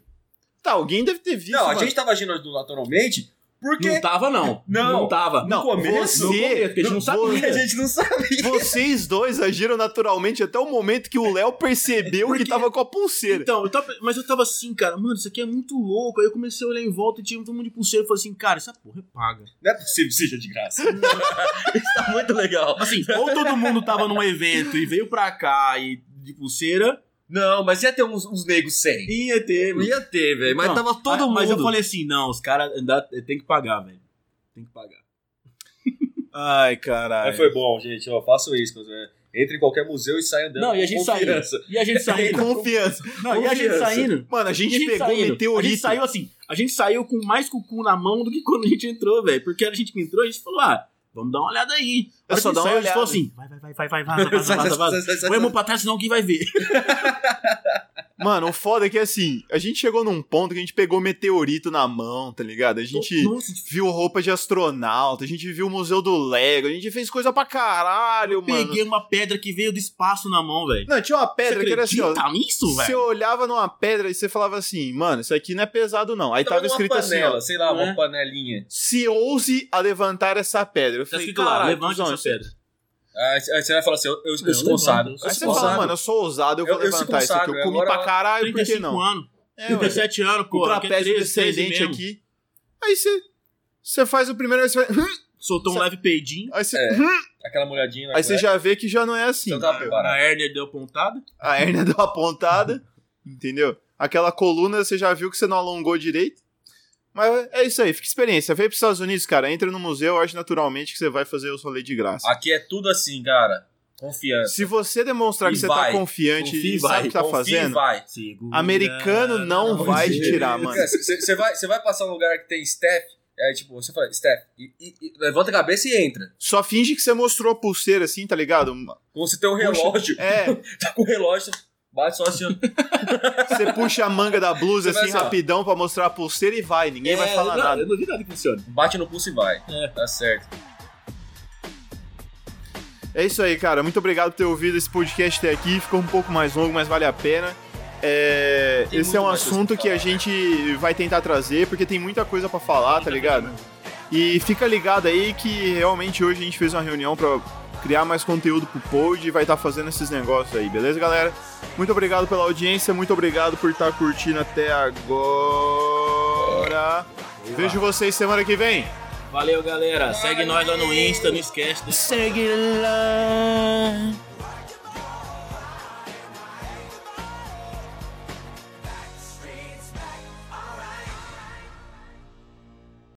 Speaker 1: Tá, alguém deve ter visto.
Speaker 3: Não, a
Speaker 1: mano.
Speaker 3: gente tava agindo naturalmente porque
Speaker 2: Não tava, não.
Speaker 3: Não.
Speaker 2: tava.
Speaker 1: Não, você,
Speaker 3: começo,
Speaker 2: no começo, porque a gente não sabia.
Speaker 3: a gente não sabia.
Speaker 1: Vocês dois agiram naturalmente até o momento que o Léo percebeu
Speaker 2: Porque-
Speaker 1: que tava com a pulseira.
Speaker 2: Então, eu tava- mas eu tava assim, cara, mano, isso aqui é muito louco. Aí eu comecei a olhar em volta e tinha todo mundo de pulseira. Eu falei assim, cara, essa porra é paga.
Speaker 3: Não é possível que seja de graça. Isso tá muito legal.
Speaker 2: Assim, ou todo mundo tava num evento e veio pra cá e de pulseira,
Speaker 3: Não, mas ia ter uns, uns negros sem.
Speaker 2: ia ter, mano.
Speaker 3: Ia ter, velho. Mas
Speaker 2: Não,
Speaker 3: tava todo
Speaker 2: Ah,
Speaker 3: mundo.
Speaker 2: Mas eu falei assim, não, os caras ainda- tem que pagar, velho. Tem que pagar.
Speaker 1: Ai,
Speaker 3: Mas
Speaker 1: caralho.
Speaker 3: foi bom, gente. Ó, façam isso. quando você- Entre em qualquer museu e sai andando.
Speaker 2: Não, e a
Speaker 3: com
Speaker 2: gente saiu.
Speaker 3: confiança.
Speaker 2: E a gente
Speaker 1: Tem
Speaker 2: saindo.
Speaker 1: confiança.
Speaker 2: Não, e a gente
Speaker 3: confiança.
Speaker 2: saindo.
Speaker 1: Mano, a gente,
Speaker 2: e
Speaker 1: pegou
Speaker 2: saindo. A gente
Speaker 1: meteorito.
Speaker 2: saiu assim. A gente saiu com mais com o cu na mão do que quando a gente entrou, velho. Porque a gente que entrou, a gente falou, ah, vamos dar uma olhada aí.
Speaker 1: É só dar uma
Speaker 2: A gente falou
Speaker 1: olhada.
Speaker 2: assim, vai, vai, vai, vai, vai, vaza, vaza,
Speaker 3: Sai, sai,
Speaker 2: vaza, vaza.
Speaker 3: sai, sai, sai,
Speaker 2: Põe a mão pra trás, senão alguém vai ver.
Speaker 1: Mano, o foda é que assim, a gente chegou num ponto que a gente pegou meteorito na mão, tá ligado? A gente.
Speaker 2: Nossa,
Speaker 1: viu roupa de astronauta, a gente viu o Museu do Lego, a gente fez coisa pra caralho, mano.
Speaker 2: peguei uma pedra que veio do espaço na mão, velho.
Speaker 1: Não, tinha uma pedra
Speaker 2: Você
Speaker 1: que era assim, ó.
Speaker 2: acredita nisso,
Speaker 1: Você
Speaker 2: velho? sai
Speaker 1: olhava numa pedra e você falava assim, mano, isso aqui não é pesado não. Aí tava
Speaker 3: numa
Speaker 1: escrito assim,
Speaker 3: panela,
Speaker 1: ó,
Speaker 3: sei lá, uma
Speaker 2: Né?
Speaker 3: panelinha.
Speaker 1: se ouse a levantar essa pedra. Eu
Speaker 2: Tá
Speaker 1: falei,
Speaker 2: escrito lá,
Speaker 1: caralho,
Speaker 2: levante
Speaker 1: cuzão,
Speaker 2: essa pedra.
Speaker 3: Aí aí você vai falar assim: eu, eu, eu,
Speaker 2: Eu
Speaker 3: sou
Speaker 2: levanto,
Speaker 3: ousado.
Speaker 2: eu sou
Speaker 1: Aí você
Speaker 2: Consagro.
Speaker 1: fala, mano, eu sou ousado, eu vou
Speaker 3: Eu- eu se
Speaker 1: levantar isso aqui. Eu
Speaker 3: consagro,
Speaker 1: comi
Speaker 3: agora
Speaker 1: pra caralho, por que
Speaker 2: 35
Speaker 1: não?
Speaker 2: anos,
Speaker 1: É, ué.
Speaker 2: 37 anos,
Speaker 1: Com
Speaker 2: pô. aqui é
Speaker 1: trapézio
Speaker 2: 13, 13
Speaker 1: descendente
Speaker 2: mesmo.
Speaker 1: aqui. Aí você... Você faz o primeiro, aí você vai. "Hum",
Speaker 2: Soltou um leve peidinho.
Speaker 1: Aí você,
Speaker 3: É.
Speaker 1: "Hum",
Speaker 3: Aquela molhadinha. na
Speaker 1: aí você
Speaker 3: cueca.
Speaker 1: já vê que já não é assim.
Speaker 3: Então tá
Speaker 1: entendeu?
Speaker 3: preparado.
Speaker 2: A hérnia deu pontada.
Speaker 1: A hérnia deu uma pontada, entendeu? Aquela coluna você já viu que você não alongou direito. Mas é isso aí, fica experiência. Vem pros Estados Unidos, cara. Entra no museu, eu acho naturalmente que você vai fazer o rolê de graça.
Speaker 3: Aqui é tudo assim, cara. Confiança.
Speaker 1: Se você demonstrar
Speaker 3: é. E
Speaker 1: que você
Speaker 3: vai.
Speaker 1: tá confiante
Speaker 2: Confia e
Speaker 1: e sabe o que tá
Speaker 3: Confia e
Speaker 1: fazendo,
Speaker 3: vai. assim,
Speaker 2: Segura
Speaker 1: americano não
Speaker 2: na
Speaker 1: vai te
Speaker 2: mão.
Speaker 1: tirar, mano.
Speaker 3: Você vai, você vai passar um lugar que tem Steph, aí tipo, você fala, Steph, e- e- e levanta a cabeça e entra.
Speaker 1: Só finge que você mostrou a pulseira assim, tá ligado?
Speaker 3: Como se tem um relógio,
Speaker 1: É,
Speaker 3: tá com o relógio, bate só assim, ó.
Speaker 1: você puxa a manga da blusa
Speaker 3: Você vai
Speaker 1: assim
Speaker 3: assim, ó.
Speaker 1: rapidão pra mostrar a pulseira e vai. Ninguém vai
Speaker 2: É,
Speaker 1: falar
Speaker 2: não,
Speaker 1: nada.
Speaker 2: Eu não vi nada que funciona.
Speaker 3: bate no pulso e vai. Tá certo.
Speaker 1: É isso aí, cara. Muito obrigado por ter ouvido esse podcast até aqui. Ficou um pouco mais longo, mas vale a pena. É,
Speaker 3: Tem
Speaker 1: esse é
Speaker 3: muito
Speaker 1: um
Speaker 3: mais coisa
Speaker 1: assunto
Speaker 3: pra
Speaker 1: que a
Speaker 3: falar, né?
Speaker 1: gente vai tentar trazer, porque tem muita coisa pra falar, tá ligado? E fica ligado aí que realmente hoje a gente fez uma reunião pra criar mais conteúdo pro Pod e vai estar fazendo esses negócios aí, beleza, galera? Muito obrigado pela audiência, muito obrigado por estar curtindo até agora. Vejo vocês semana que vem.
Speaker 2: né? Valeu, galera. Segue nós lá no Insta, não esquece.
Speaker 1: Segue lá.